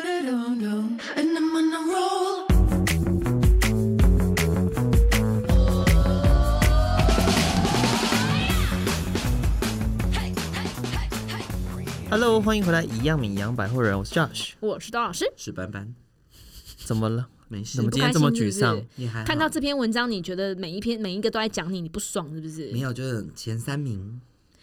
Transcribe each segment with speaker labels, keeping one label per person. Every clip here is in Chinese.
Speaker 1: And I'm on a roll.
Speaker 2: 哈喽，欢迎回来，一样米阳百货人，我是 Josh。
Speaker 3: 我是刀老师，
Speaker 4: 史班班，
Speaker 2: 怎么了？
Speaker 4: 没事，
Speaker 2: 怎么
Speaker 3: 不
Speaker 2: 今
Speaker 3: 开
Speaker 2: 天这
Speaker 3: 心
Speaker 2: 么
Speaker 3: 是不
Speaker 2: 沮
Speaker 3: 是
Speaker 2: 丧？
Speaker 4: 也还好
Speaker 3: 看到这篇文章，你觉得每一篇每一个都在讲你，你不爽是不是？
Speaker 4: 没有？就是前三名，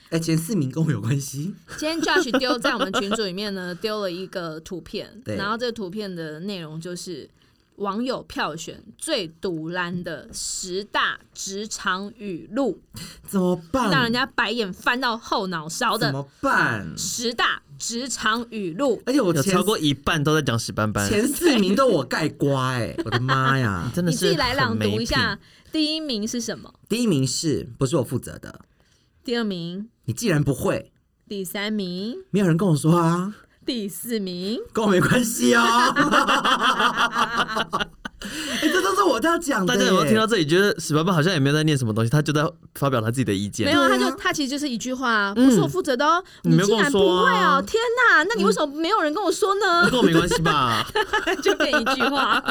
Speaker 4: 哎、前四名跟我有关系。
Speaker 3: 今天 Josh 丢在我们群组里面呢，丢了一个图片，
Speaker 4: 对
Speaker 3: 然后这个图片的内容就是网友票选最毒烂的十大职场语录，
Speaker 4: 怎么
Speaker 2: 嗯
Speaker 4: 办？
Speaker 3: 让人家白眼翻到后脑勺
Speaker 4: 怎
Speaker 3: 的
Speaker 4: 么办？
Speaker 3: 十大职场语录。
Speaker 4: 而且我
Speaker 2: 有
Speaker 4: 前
Speaker 2: 超过一半都在讲史斑斑，
Speaker 4: 前四名都我盖瓜、哎， 我的妈呀！
Speaker 2: 真的
Speaker 3: 你
Speaker 2: 是
Speaker 3: 自己来朗
Speaker 2: 很没
Speaker 3: 读一
Speaker 2: 品
Speaker 3: 下，，第一名是什么？
Speaker 4: 第一名是不是我负责的？
Speaker 3: 第二名、
Speaker 4: 你既然不会，
Speaker 3: 第三名、
Speaker 4: 没有人跟我说啊，
Speaker 3: 第四名，
Speaker 4: 跟我没关系哦。 哎、这都是我要讲的、
Speaker 2: 大
Speaker 4: 哎
Speaker 2: 家有没有听到？这里？觉得史斑斑好像也没有在念什么东西，他就在发表他自己的意
Speaker 3: 没
Speaker 2: 见。
Speaker 3: 有，啊他就他其实就是一句话，不是我负责的哦，
Speaker 4: 嗯
Speaker 2: 你没有
Speaker 3: 竟
Speaker 2: 跟我
Speaker 3: 然不
Speaker 2: 说
Speaker 3: 会
Speaker 2: 啊
Speaker 3: 哦，天哪，那你为什么没有人跟我说呢
Speaker 2: 那？跟我没关系 吧？
Speaker 3: 就变一句话。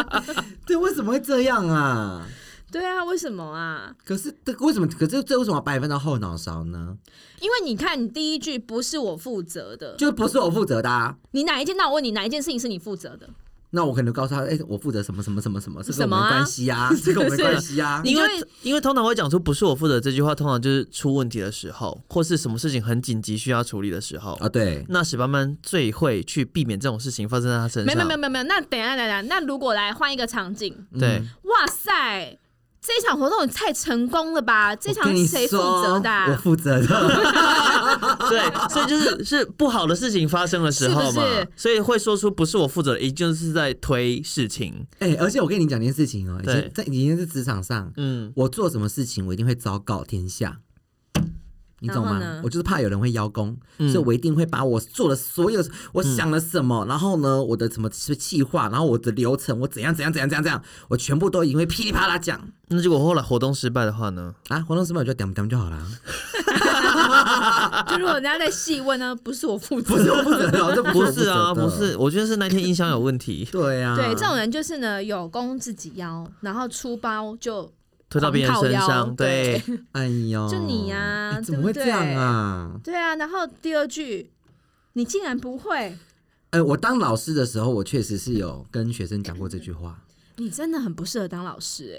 Speaker 4: 对，为什么会这样啊？
Speaker 3: 对啊，为什么啊？
Speaker 4: 可是这为什么？可是这为什么白分到后脑勺呢？
Speaker 3: 因为你看，你第一句不是我负责的，
Speaker 4: 就是不是我负责的、啊。
Speaker 3: 你哪一件？那我问你，哪一件事情是你负责的？
Speaker 4: 那我可能告诉他，哎、我负责什么什么什么什么，这
Speaker 3: 什
Speaker 4: 跟
Speaker 3: 么
Speaker 4: 我没
Speaker 3: 啊
Speaker 4: 关系 啊，这跟我没关系啊。
Speaker 3: 你
Speaker 2: 因为
Speaker 3: 就
Speaker 2: 因为通常会讲出不是我负责这句话，通常就是出问题的时候，或是什么事情很紧急需要处理的时候。
Speaker 4: 啊，对，
Speaker 2: 那史斑斑最会去避免这种事情发生在他身
Speaker 3: 没
Speaker 2: 上。
Speaker 3: 有没有没有没有。那等一下等一下，那如果来换一个场景，
Speaker 2: 对，
Speaker 3: 哇塞，这一场活动也太成功了吧？这
Speaker 4: 我
Speaker 3: 场
Speaker 4: 跟你
Speaker 3: 谁负
Speaker 4: 说
Speaker 3: 责的啊、
Speaker 4: 我负责的。
Speaker 2: 对，所以就是 是不好的事情发生的时候嘛，
Speaker 3: 是不是
Speaker 2: 所以会说出不是我负责的，也就是在推事情。
Speaker 4: 哎、而且我跟你讲件事情哦、以
Speaker 2: 对
Speaker 4: 前在以前在职场上，
Speaker 2: 嗯，
Speaker 4: 我做什么事情我一定会昭告天下，你懂
Speaker 3: 然后呢
Speaker 4: 吗？我就是怕有人会邀功，
Speaker 2: 嗯
Speaker 4: 所以我一定会把我做的所有，我想了什么，然后呢，我的什么计划，然后我的流程，我怎样怎样怎样怎样怎样，我全部都一定会噼里啪啦讲。
Speaker 2: 那如果后来活动失败的话呢？
Speaker 4: 啊，活动失败我就点点就好了，
Speaker 3: 就如果人家在细问呢，不是我负责
Speaker 4: 不是我负责的，这
Speaker 2: 不
Speaker 4: 我负
Speaker 2: 是
Speaker 4: 责
Speaker 2: 啊，
Speaker 4: 的，
Speaker 2: 不是，我觉得是那天音箱有问题
Speaker 4: 对呀、啊，
Speaker 3: 对，这种人就是呢，有功自己邀，然后出包就
Speaker 2: 推到别人身
Speaker 3: 狂靠腰
Speaker 2: 上。对，
Speaker 4: 哎呦，
Speaker 3: 就你呀
Speaker 4: 哎怎
Speaker 3: 对
Speaker 4: 么
Speaker 3: 不
Speaker 4: 会这样啊？
Speaker 3: 对啊。然后第二句，你竟然不会，
Speaker 4: 哎、我当老师的时候，我确实是有跟学生讲过这句话。
Speaker 3: 你真的很不适合当老师哎、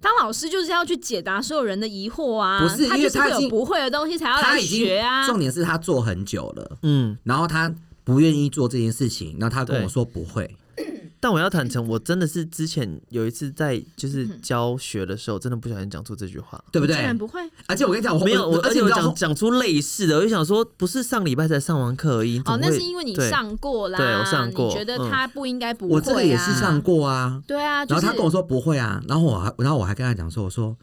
Speaker 3: 当老师就是要去解答所有人的疑惑啊，
Speaker 4: 不是
Speaker 3: 他
Speaker 4: 因
Speaker 3: 就
Speaker 4: 为
Speaker 3: 是
Speaker 4: 他
Speaker 3: 会
Speaker 4: 已
Speaker 3: 有
Speaker 4: 经
Speaker 3: 不会的东西才要
Speaker 4: 他
Speaker 3: 来
Speaker 4: 已经
Speaker 3: 学啊。
Speaker 4: 重点是他做很久了，
Speaker 2: 嗯，
Speaker 4: 然后他不愿意做这件事情，然后他跟
Speaker 2: 对
Speaker 4: 我说不会。
Speaker 2: 但我要坦诚，我真的是之前有一次在就是教学的时候，真的不小心讲出这句话。
Speaker 4: 对不
Speaker 3: 竟然
Speaker 4: 对？
Speaker 3: 不会
Speaker 4: 而且我跟你讲，
Speaker 3: 哦
Speaker 4: 我
Speaker 2: 没有，我
Speaker 4: 而
Speaker 2: 而
Speaker 4: 且
Speaker 2: 且
Speaker 4: 你
Speaker 2: 我
Speaker 4: 知道
Speaker 2: 讲讲出类似的，我就想说，不是上礼拜才上完课而已。
Speaker 3: 哦，
Speaker 2: 怎么
Speaker 3: 那
Speaker 2: 会
Speaker 3: 是因为你
Speaker 2: 对
Speaker 3: 上过啦，
Speaker 2: 对我上过
Speaker 3: 你觉得他不应该不会、啊
Speaker 4: 嗯我这个也是上。过啊，
Speaker 3: 对啊，就
Speaker 4: 然
Speaker 3: 是
Speaker 4: 后他跟我说不会啊，然后我还然后我还跟他讲说，我说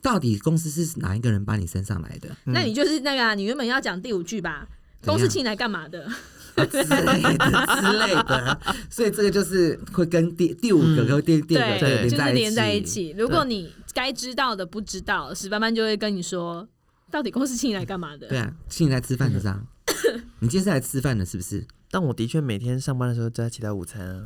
Speaker 4: 到底公司是哪一个人把你升上来的
Speaker 3: 那你就是那个、啊，你原本要讲第五句吧？
Speaker 4: 嗯怎
Speaker 3: 公司
Speaker 4: 样
Speaker 3: 请你来干嘛的？
Speaker 4: 啊之类的之类的，所以这个就是会跟第第五个和第第二个
Speaker 2: 对
Speaker 4: 连
Speaker 3: 嗯就是
Speaker 4: 在一起，
Speaker 3: 连在一。起。如果你该知道的不知道，史班班就会跟你说，到底公司请你来干嘛的？
Speaker 4: 对啊，请你来吃饭的 是啊，你今天是来吃饭的，是不是？
Speaker 2: 但我的确每天上班的时候都在期待午餐啊。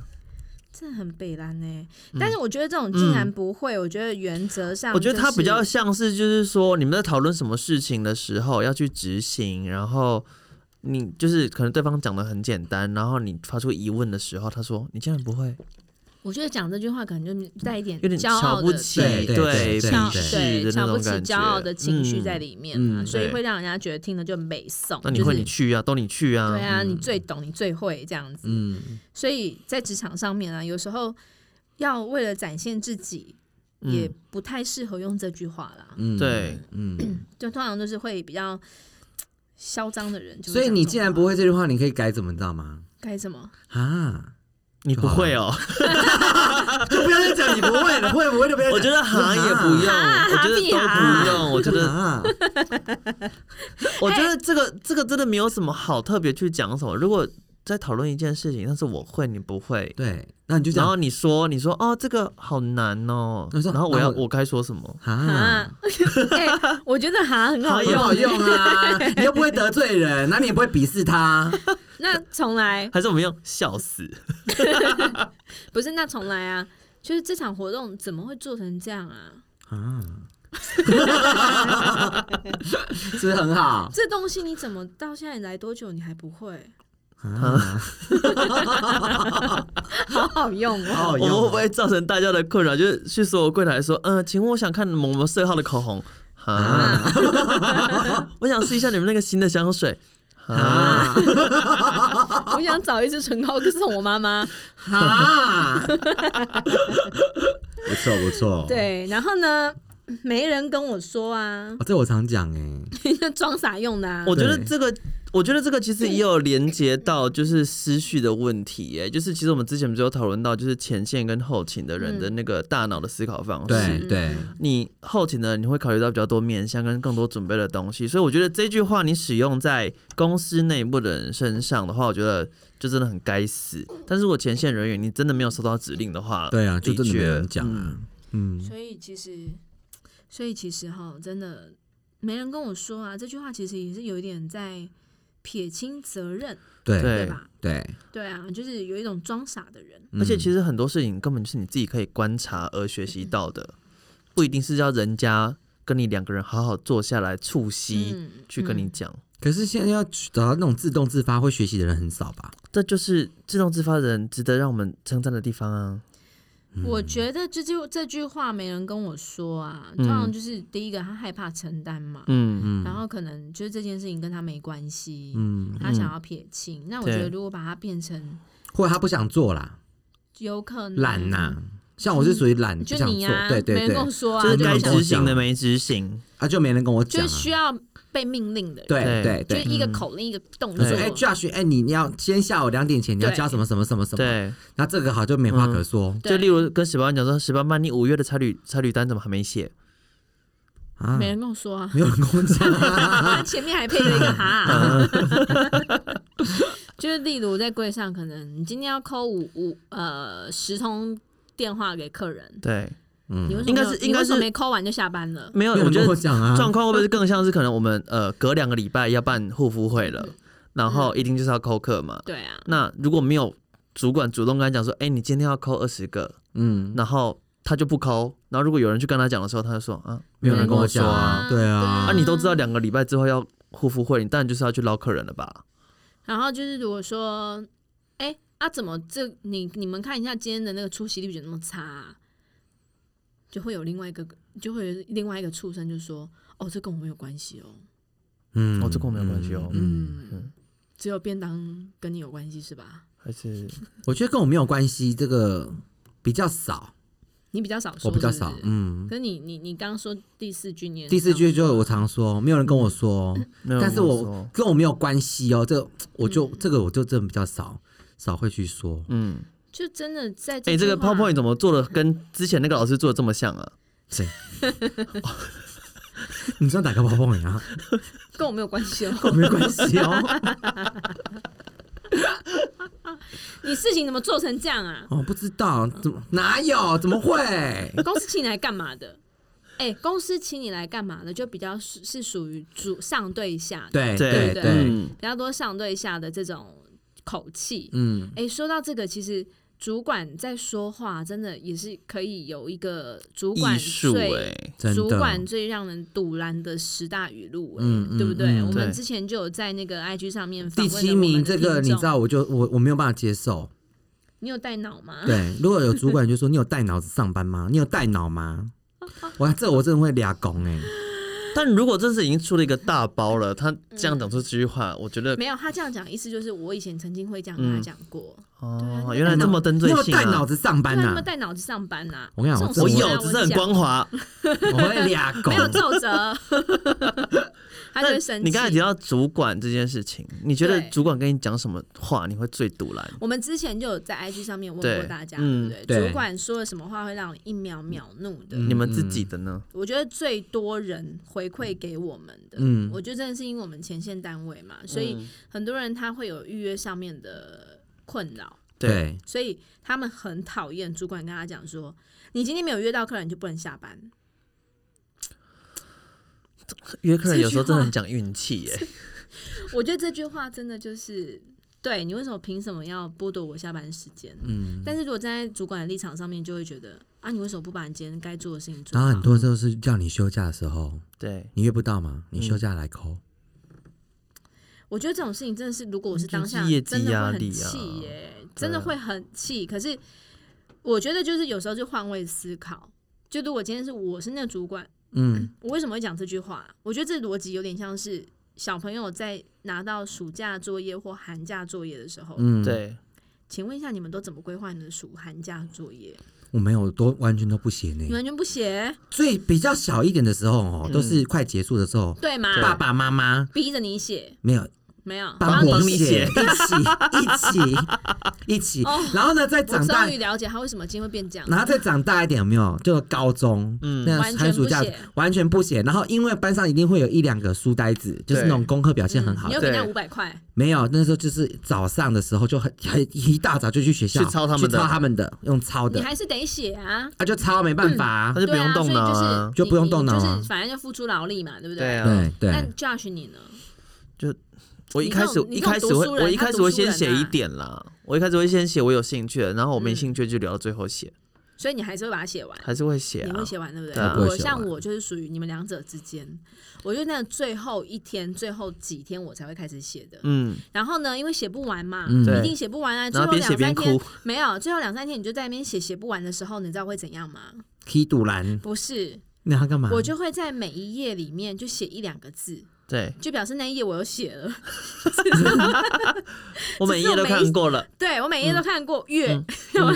Speaker 3: 这很北兰呢、但是我觉得这种竟然不会，我觉得原则上、
Speaker 2: 嗯我觉得他比较
Speaker 3: 就是
Speaker 2: 像是，就是说你们在讨论什么事情的时候要去执行，然后你就是可能对方讲的很简单，然后你发出疑问的时候，他说你竟然不会，
Speaker 3: 我觉得讲这句话可能就是带一点
Speaker 2: 有点
Speaker 3: 骄傲
Speaker 2: 瞧不
Speaker 3: 的
Speaker 2: 起，
Speaker 4: 对对对
Speaker 3: 瞧
Speaker 2: 鄙视的
Speaker 3: 对
Speaker 2: 那
Speaker 3: 瞧不
Speaker 2: 种
Speaker 3: 起
Speaker 2: 感觉，
Speaker 3: 骄傲的情绪在
Speaker 2: 嗯。
Speaker 3: 里面嘛、
Speaker 4: 嗯嗯
Speaker 3: 所以
Speaker 2: 对
Speaker 3: 会让人家觉得听了就美送。
Speaker 2: 那你
Speaker 3: 就是
Speaker 2: 会你去啊，都你去啊，
Speaker 3: 对啊，你最懂，你最会这样子。
Speaker 4: 嗯，
Speaker 3: 所以在职场上面啊，有时候要为了展现自己，
Speaker 2: 嗯
Speaker 3: 也不太适合用这句话啦。
Speaker 4: 嗯
Speaker 2: 对，
Speaker 4: 嗯，
Speaker 3: 就通常都是会比较嚣张的人就会讲这
Speaker 4: 所
Speaker 3: 种话。
Speaker 4: 以你既然不会这句话，你可以改怎么，你知道吗？
Speaker 3: 该什么？
Speaker 4: 啊，
Speaker 2: 你不会 哦，
Speaker 4: 就不要再讲你不会了，会不会就不要讲。
Speaker 2: 我觉得哈也不用，
Speaker 3: 哈
Speaker 2: 我觉得
Speaker 3: 哈屁
Speaker 2: 都
Speaker 3: 哈
Speaker 2: 不用，我觉得
Speaker 4: 啊，
Speaker 2: 我觉得这个这个真的没有什么好特别去讲什么。如果在讨论一件事情，但是我会，你不会。
Speaker 4: 对，那你就
Speaker 2: 然
Speaker 4: 讲
Speaker 2: 后你说，你说哦，这个好难哦。
Speaker 4: 我说
Speaker 2: 然后我要，
Speaker 4: 然后
Speaker 2: 我该说什么？
Speaker 4: 啊
Speaker 3: 啊，， 哎我觉得哈很好
Speaker 2: 好
Speaker 4: 很
Speaker 3: 用。
Speaker 4: 好用啊，你又不会得罪人，那你也不会鄙视他，
Speaker 3: 那重来
Speaker 2: 还是我们用笑死？
Speaker 3: 不是那重来啊，就是这场活动怎么会做成这样啊？
Speaker 4: 啊，是不是很好？
Speaker 3: 这东西你怎么到现在来多久你还不会？
Speaker 4: 啊，
Speaker 3: 好好用
Speaker 4: 好
Speaker 3: 哦，
Speaker 4: 好
Speaker 2: 我们会
Speaker 4: 用
Speaker 2: 不会造成大家的困扰？就是去所有柜台说，嗯、请问我想看某某色号的口红啊，我想试一下你们那个新的香水啊，
Speaker 4: 啊
Speaker 3: 啊我想找一支唇膏就送我妈妈。
Speaker 4: 啊！不错不错，
Speaker 3: 对，然后呢，没人跟我说啊
Speaker 4: 哦，，这我常讲哎，
Speaker 3: 装傻用的啊。
Speaker 2: 我觉得
Speaker 4: 对
Speaker 2: 这个。我觉得这个其实也有连接到就是思绪的问题、耶，就是其实我们之前不是有讨论到，就是前线跟后勤的人的那个大脑的思考方式。
Speaker 4: 对对，
Speaker 2: 你后勤的人你会考虑到比较多面向跟更多准备的东西，所以我觉得这句话你使用在公司内部的人身上的话，我觉得就真的很该死。但是如果前线人员你真的没有收到指令的话，
Speaker 4: 对啊，就真的没
Speaker 2: 确
Speaker 4: 人讲啊
Speaker 2: 嗯。
Speaker 4: 嗯，
Speaker 3: 所以其实，所以其实哈，真的没人跟我说啊，这句话其实也是有一点在撇清责任，
Speaker 4: 对
Speaker 2: 对
Speaker 3: 对吧？
Speaker 4: 对，
Speaker 3: 对啊，就是有一种装傻的人。
Speaker 4: 嗯
Speaker 2: 而且其实很多事情根本就是你自己可以观察而学习到
Speaker 4: 嗯
Speaker 2: 的，不一定是要人家跟你两个人好好坐下来促膝、
Speaker 3: 嗯
Speaker 2: 去跟你讲。
Speaker 4: 可是现在要找到那种自动自发会学习的人很少吧？
Speaker 2: 这就是自动自发的人值得让我们称赞的地方啊！
Speaker 3: 嗯我觉得这就这句话没人跟我说啊，通常就是第一个他害怕承担嘛，
Speaker 2: 嗯，
Speaker 4: 嗯
Speaker 3: 然后可能就是这件事情跟他没关系，
Speaker 4: 嗯，
Speaker 3: 他想要撇清。那我
Speaker 2: 对
Speaker 3: 觉得如果把它变成
Speaker 4: 或者他不想做啦，
Speaker 3: 有可能
Speaker 4: 懒呐、，像我是属于懒，
Speaker 3: 嗯
Speaker 4: 不
Speaker 3: 就
Speaker 4: 想
Speaker 3: 你
Speaker 4: 做
Speaker 3: 啊，，
Speaker 4: 对
Speaker 3: 没
Speaker 4: 对
Speaker 3: 人
Speaker 4: 对
Speaker 3: 跟，我说啊，
Speaker 2: 就是
Speaker 3: 就
Speaker 2: 该
Speaker 3: 是
Speaker 4: 想
Speaker 2: 执行的没执行。
Speaker 4: 啊，就没人跟我讲、
Speaker 3: 就
Speaker 4: 啊
Speaker 3: 是。需要被命令的人，
Speaker 4: 对对
Speaker 2: 对
Speaker 3: 就是
Speaker 4: 对，
Speaker 3: 一个口令一个动
Speaker 4: 我
Speaker 3: 作。
Speaker 4: 说哎，Josh，哎，你你要今天下午两点前你要
Speaker 3: 对
Speaker 4: 交什么什么什么什么，
Speaker 2: 对，
Speaker 4: 那这个好就没话可说
Speaker 3: 对
Speaker 2: 就例如跟史班讲说，史班班，你五月的差旅差旅单怎么还没写？
Speaker 4: 啊，
Speaker 3: 没人跟我说啊，
Speaker 4: 没有人跟 我讲啊，
Speaker 3: 他前面还配了一个哈，
Speaker 2: 嗯
Speaker 3: 就是例如在柜上，可能你今天要扣五五呃十通电话给客人，
Speaker 2: 对，
Speaker 3: 你为什么
Speaker 2: 应该
Speaker 3: 没有
Speaker 2: 是
Speaker 3: 你
Speaker 2: 应该
Speaker 3: 为什么
Speaker 2: 是
Speaker 3: 没扣完就下班了？
Speaker 2: 没有，
Speaker 4: 嗯没有
Speaker 2: 我
Speaker 4: 人
Speaker 2: 觉
Speaker 4: 跟我
Speaker 2: 得
Speaker 4: 讲啊，
Speaker 2: 状况会不会是更像是可能我们呃隔两个礼拜要办护肤会了，然后一定就是要扣客嘛。
Speaker 3: 对啊，
Speaker 2: 那如果没有主管主动跟他讲说，哎，你今天要扣二十个，
Speaker 4: 嗯，
Speaker 2: 然后他就不扣，然后如果有人去跟他讲的时候，他就说啊，
Speaker 4: 没有
Speaker 2: 人
Speaker 4: 人
Speaker 2: 跟
Speaker 4: 跟
Speaker 2: 我
Speaker 4: 我
Speaker 2: 说
Speaker 4: 讲
Speaker 2: 啊，
Speaker 4: 对
Speaker 2: 啊
Speaker 4: 啊，
Speaker 2: 你都知道两个礼拜之后要护肤会，你当然就是要去捞客人了吧？
Speaker 3: 然后就是如果说，哎、啊怎么这你你们看一下今天的那个出席率怎么那么差啊、就会有另外一个就会有另外一个畜生就说，哦这跟我没有关系哦，
Speaker 4: 嗯
Speaker 2: 哦这跟我没有关系哦
Speaker 4: 嗯，
Speaker 2: 嗯，
Speaker 3: 只有便当跟你有关系是吧？
Speaker 2: 还是
Speaker 4: 我觉得跟我没有关系，这个比较少，
Speaker 3: 你比较少说，
Speaker 4: 我比较
Speaker 3: 是不
Speaker 4: 少
Speaker 3: 是，
Speaker 4: 嗯。
Speaker 3: 可是你你你刚刚说第四句你也
Speaker 4: 第四句
Speaker 3: 这样
Speaker 4: 就
Speaker 3: 说
Speaker 4: 我常说，没有人跟我说，
Speaker 2: 没有人
Speaker 4: 但是
Speaker 2: 跟
Speaker 4: 我
Speaker 2: 说
Speaker 4: 跟我没有关系哦，这个我就这个我就真的比较少少会去说，
Speaker 2: 嗯。
Speaker 3: 就真的在
Speaker 2: 哎、
Speaker 3: 句
Speaker 2: 这个
Speaker 3: 话
Speaker 2: PowerPoint 怎么做的跟之前那个老师做的这么像啊？
Speaker 4: 对。 哦你知道打个包啊包一样，
Speaker 3: 跟我没有关系哦，
Speaker 4: 跟我没关系哦。
Speaker 3: 你事情怎么做成这样啊？
Speaker 4: 哦，不知道怎么哪有怎么 会？
Speaker 3: 公司请你来干嘛的？哎、公司请你来干嘛的？就比较是是属于主上对下的，
Speaker 4: 对
Speaker 2: 哎对
Speaker 3: 对
Speaker 4: 对，
Speaker 2: 嗯，
Speaker 3: 比较多上对下的这种口气。
Speaker 4: 嗯，
Speaker 3: 哎、说到这个，其实主管在说话，真的也是可以有一个主管
Speaker 2: 艺术
Speaker 3: 最、
Speaker 2: 哎，
Speaker 4: 真
Speaker 3: 主管
Speaker 4: 的，
Speaker 3: 最让人堵拦的十大语录、哎
Speaker 4: 嗯嗯
Speaker 3: 对不对？
Speaker 4: 嗯
Speaker 3: 我们
Speaker 2: 对
Speaker 3: 之前就有在那个 IG 上面访
Speaker 4: 第
Speaker 3: 问了
Speaker 4: 七
Speaker 3: 我们的
Speaker 4: 名这个
Speaker 3: 听
Speaker 4: 你
Speaker 3: 众
Speaker 4: 知，道，我就我我没有办法 接受。
Speaker 3: 你有带脑吗？
Speaker 4: 对，如果有主管就说你有带脑子上班吗？你有带 脑吗？哇，这我真的会俩拱哎，
Speaker 2: 但如果这次已经出了一个大包了，他这样讲出这句话，我觉得
Speaker 3: 嗯没有，他这样讲意思就是我以前曾经会这样跟他
Speaker 2: 嗯
Speaker 3: 讲过。啊
Speaker 2: 哦，原来这么针
Speaker 4: 你
Speaker 2: 对
Speaker 4: 有
Speaker 2: 性
Speaker 4: 带脑
Speaker 2: 啊！
Speaker 4: 子上班
Speaker 3: 对啊，他
Speaker 4: 呐
Speaker 3: 们？带脑子上班呐、
Speaker 4: 我跟你讲
Speaker 3: 这
Speaker 2: 我
Speaker 3: 种
Speaker 4: 我
Speaker 3: 事情
Speaker 2: 有
Speaker 3: 啊，
Speaker 2: 只是很光滑。
Speaker 4: 我会俩拱
Speaker 3: 没。有皱褶。他就
Speaker 2: 那
Speaker 3: 会生气。
Speaker 2: 你刚才提到主管这件事情，你觉得
Speaker 3: 对
Speaker 2: 主管跟你讲什么话，你会最堵拦？
Speaker 3: 我们之前就有在 IG 上面问
Speaker 2: 对
Speaker 3: 过大家，
Speaker 2: 嗯
Speaker 3: 对不对？
Speaker 4: 对
Speaker 3: 主管说了什么话会让你一秒秒怒的？
Speaker 4: 嗯
Speaker 2: 你们自己的呢？
Speaker 3: 我觉得最多人回馈给我们的，
Speaker 4: 嗯
Speaker 3: 我觉得真的是因为我们前线单位嘛，所以很多人他会有预约上面的困扰，
Speaker 2: 对，
Speaker 4: 对，
Speaker 3: 所以他们很讨厌主管跟他讲说，你今天没有约到客人，你就不能下班。
Speaker 2: 约客人有时候真的很
Speaker 3: 这
Speaker 2: 讲运气耶。
Speaker 3: 我觉得这句话真的就是，对你为什么凭什么要剥夺我下班时间？
Speaker 4: 嗯，
Speaker 3: 但是如果站在主管的立场上面，就会觉得啊，你为什么不把你今天该做的事情做
Speaker 4: 然后很
Speaker 3: 好？
Speaker 4: 多时候是叫你休假的时候，
Speaker 2: 对，
Speaker 4: 你约不到嘛，你休假来扣。
Speaker 3: 我觉得这种事情真的是，如果我
Speaker 2: 嗯
Speaker 3: 是
Speaker 2: 就是
Speaker 3: 当下，
Speaker 2: 业绩
Speaker 3: 真的
Speaker 2: 压
Speaker 3: 会
Speaker 2: 力
Speaker 3: 很
Speaker 2: 啊
Speaker 3: 气耶、真的会很气。可是我觉得就是有时候就换位思考，就如果今天是我是那个主管，
Speaker 4: 嗯，
Speaker 3: 我为什么会讲这句话？我觉得这逻辑有点像是小朋友在拿到暑假作业或寒假作业的时候，
Speaker 4: 嗯，，
Speaker 2: 对，
Speaker 3: 请问一下你们都怎么规划你们的暑寒假作业？
Speaker 4: 我没有都完全都不写呢
Speaker 3: 你。完全不写，
Speaker 4: 最比较小一点的时候
Speaker 2: 嗯
Speaker 4: 哦，都是快结束的时候，
Speaker 3: 对吗？
Speaker 4: 爸爸妈妈
Speaker 3: 逼着你写，
Speaker 4: 没有
Speaker 3: 没有？
Speaker 4: 帮
Speaker 2: 帮
Speaker 4: 我
Speaker 2: 你写
Speaker 4: 写， 一起一起一起
Speaker 3: 哦，
Speaker 4: 然后呢再
Speaker 3: 我
Speaker 4: 长大
Speaker 3: 终于了解他为什么今天会变这样。
Speaker 4: 然后再长大一点，有没有？就高中，嗯，那
Speaker 3: 完全
Speaker 4: 寒暑假
Speaker 3: 不写
Speaker 4: 完全不写。然后因为班上一定会有一两个书呆子，就是那种功课表现很好
Speaker 3: 你
Speaker 4: 的。
Speaker 3: 又给人家
Speaker 2: 对
Speaker 3: 五百块，
Speaker 4: 没有，那时候就是早上的时候就很很一大早就去学校
Speaker 2: 去抄他们的
Speaker 4: 去抄他们的，用抄
Speaker 3: 你
Speaker 4: 的，
Speaker 3: 还是得写啊。
Speaker 4: 啊就抄没办法啊
Speaker 2: 那，就不
Speaker 3: 对
Speaker 2: 用动脑啊
Speaker 3: 啊，所以
Speaker 4: 就不用
Speaker 3: 你
Speaker 4: 动脑啊
Speaker 3: 就是反正就付出劳力嘛，对不
Speaker 2: 对啊
Speaker 4: 对
Speaker 3: 嗯那
Speaker 4: 对，
Speaker 3: Josh 你呢？
Speaker 2: 我一
Speaker 3: 你
Speaker 2: 开
Speaker 3: 这
Speaker 2: 始
Speaker 3: 种
Speaker 2: 一
Speaker 3: 你这种
Speaker 2: 开始
Speaker 3: 读
Speaker 2: 会，
Speaker 3: 书人
Speaker 2: 我一
Speaker 3: 他
Speaker 2: 开始
Speaker 3: 读
Speaker 2: 会
Speaker 3: 书
Speaker 2: 先
Speaker 3: 人
Speaker 2: 写一
Speaker 3: 啊嗯
Speaker 2: 点啦。我一开始会先写我有兴趣的，然后我没兴趣就留到最后写，
Speaker 3: 所以你还是会把它写完，
Speaker 2: 还是会写
Speaker 3: 你
Speaker 2: 啊
Speaker 3: 会。写完对不对？
Speaker 2: 对啊
Speaker 4: 我
Speaker 3: 我
Speaker 4: 会写完
Speaker 3: 像我就是属于你们两者之间，我就那最后一天、最后几天我才会开始写的。
Speaker 2: 嗯，
Speaker 3: 然后呢，因为写不完嘛，
Speaker 4: 嗯
Speaker 2: 对
Speaker 3: 一定写不完啊。最
Speaker 2: 然后
Speaker 3: 后
Speaker 2: 边写
Speaker 3: 两
Speaker 2: 边
Speaker 3: 三天
Speaker 2: 哭，
Speaker 3: 没有，最后两三天你就在那边写写不完的时候，你知道会怎样吗？
Speaker 4: 踢堵篮，
Speaker 3: 不是，
Speaker 4: 那他干嘛？
Speaker 3: 我 就会在每一页里面就写一两个字，
Speaker 2: 对
Speaker 3: 就表示那一页我有写了。
Speaker 2: 我每一
Speaker 3: 只是
Speaker 2: 页
Speaker 3: 我
Speaker 2: 都
Speaker 3: 每
Speaker 2: 看
Speaker 3: 一
Speaker 2: 过了，
Speaker 3: 对我每页都看过月，
Speaker 4: 嗯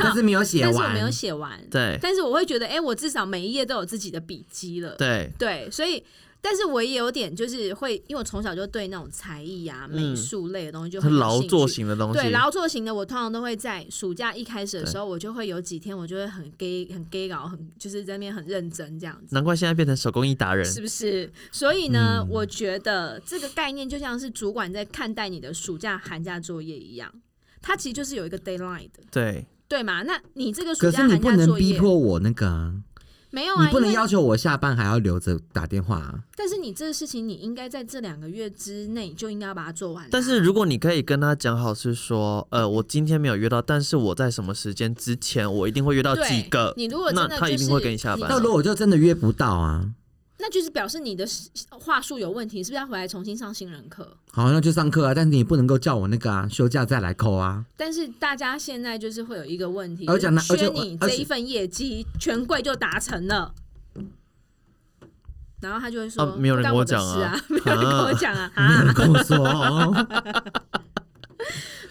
Speaker 4: 但是没有写
Speaker 3: 但
Speaker 4: 完，
Speaker 3: 是我没有写完。
Speaker 2: 对
Speaker 3: 但是我会觉得，哎、我至少每一页都有自己的笔记了。
Speaker 2: 对，
Speaker 3: 对，所以，但是我也有点就是会，因为我从小就对那种才艺啊、美术类的东西就很
Speaker 2: 很
Speaker 3: 有
Speaker 2: 劳
Speaker 3: 兴
Speaker 2: 作
Speaker 3: 趣。
Speaker 2: 型的东西，
Speaker 3: 对，劳作型的我通常都会在暑假一开始的时候，我就会有几天我就会很 gay 很 gay 搞，很就是在那边很认真这样子。
Speaker 2: 难怪现在变成手工艺达人。
Speaker 3: 是不是？所以呢，我觉得这个概念就像是主管在看待你的暑假、寒假作业一样，它其实就是有一个 d a y l i n e 的，
Speaker 2: 对，
Speaker 3: 对吗？那你这个暑
Speaker 4: 可
Speaker 3: 假、
Speaker 4: 是你
Speaker 3: 寒
Speaker 4: 不
Speaker 3: 假
Speaker 4: 能
Speaker 3: 作
Speaker 4: 逼
Speaker 3: 业
Speaker 4: 迫我那个啊，
Speaker 3: 没有
Speaker 4: 你
Speaker 3: 啊？
Speaker 4: 不能
Speaker 3: 因为
Speaker 4: 要求我下班还要留着打电话啊。
Speaker 3: 但是你这个事情，你应该在这两个月之内就应该要把它做完啊、
Speaker 2: 但是如果你可以跟他讲好是说，呃，我今天没有约到，但是我在什么时间之前，我一定会约到
Speaker 3: 对
Speaker 2: 几个。
Speaker 3: 你如果
Speaker 2: 那
Speaker 3: 真的
Speaker 2: 他一
Speaker 3: 就是
Speaker 2: 定会给你下班
Speaker 4: 那如果我就真的约不到啊，
Speaker 3: 那就是表示你的话术有问题，是不是要回来重新上新人课？
Speaker 4: 好，那就上课啊，但是你不能够叫我那个啊，休假再来扣啊。
Speaker 3: 但是大家现在就是会有一个问题，
Speaker 4: 而且呢
Speaker 3: 就是缺
Speaker 4: 而且我
Speaker 3: 你
Speaker 4: 而
Speaker 3: 这
Speaker 4: 且
Speaker 3: 一份业绩，权贵就达成了。然后他就会说：“
Speaker 2: 啊没有人
Speaker 3: 不干
Speaker 2: 跟我
Speaker 3: 的
Speaker 2: 讲啊
Speaker 3: 事啊，没有人跟我讲啊，啊，
Speaker 4: 跟我说、哦，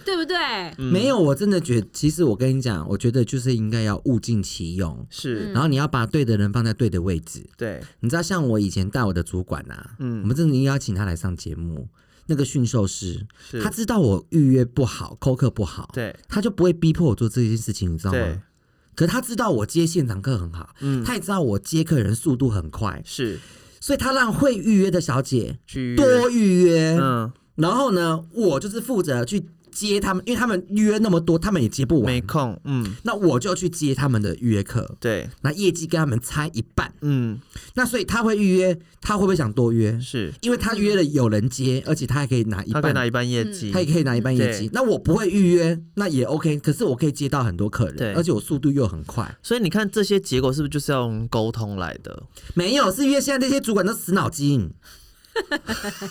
Speaker 3: 对不对？
Speaker 4: 没有，我真的觉其实我跟你讲，我觉得就是应该要物尽其用，
Speaker 3: 嗯
Speaker 2: 是，
Speaker 4: 然后你要把对的人放在对的位置。
Speaker 2: 对，
Speaker 4: 你知道，像我以前带我的主管啊，
Speaker 2: 嗯
Speaker 4: 我们真的应该要请他来上节目。那个驯兽师，
Speaker 2: 是
Speaker 4: 他，知道我预约不好，扣客不好，
Speaker 2: 对，
Speaker 4: 他就不会逼迫我做这件事情，你知道
Speaker 2: 对
Speaker 4: 吗？，可是他知道我接现场课很好，
Speaker 2: 嗯
Speaker 4: 他也知道我接客人速度很快，
Speaker 2: 是
Speaker 4: 所以他让会预约的小姐
Speaker 2: 去约
Speaker 4: 多预约，
Speaker 2: 嗯，
Speaker 4: 然后呢，我就是负责去接他们，因为他们约那么多，他们也接不
Speaker 2: 没
Speaker 4: 完。
Speaker 2: 空，嗯，
Speaker 4: 那我就去接他们的预约课，
Speaker 2: 对，
Speaker 4: 那业绩跟他们差一半。
Speaker 2: 嗯，
Speaker 4: 那所以他会预约，他会不会想多约？
Speaker 2: 是，
Speaker 4: 因为他约了有人接，而且他还可以拿一
Speaker 2: 他可以拿
Speaker 4: 半，
Speaker 2: 一半嗯业绩，
Speaker 3: 嗯
Speaker 4: 他也可以拿一半业绩
Speaker 2: 对。
Speaker 4: 那我不会预约，那也 OK。可是我可以接到很多客
Speaker 2: 对
Speaker 4: 人，而且我速度又很快。
Speaker 2: 所以你看这些结果是不是就是要用沟通来的？
Speaker 4: 没有，是因为现在这些主管都死 脑筋。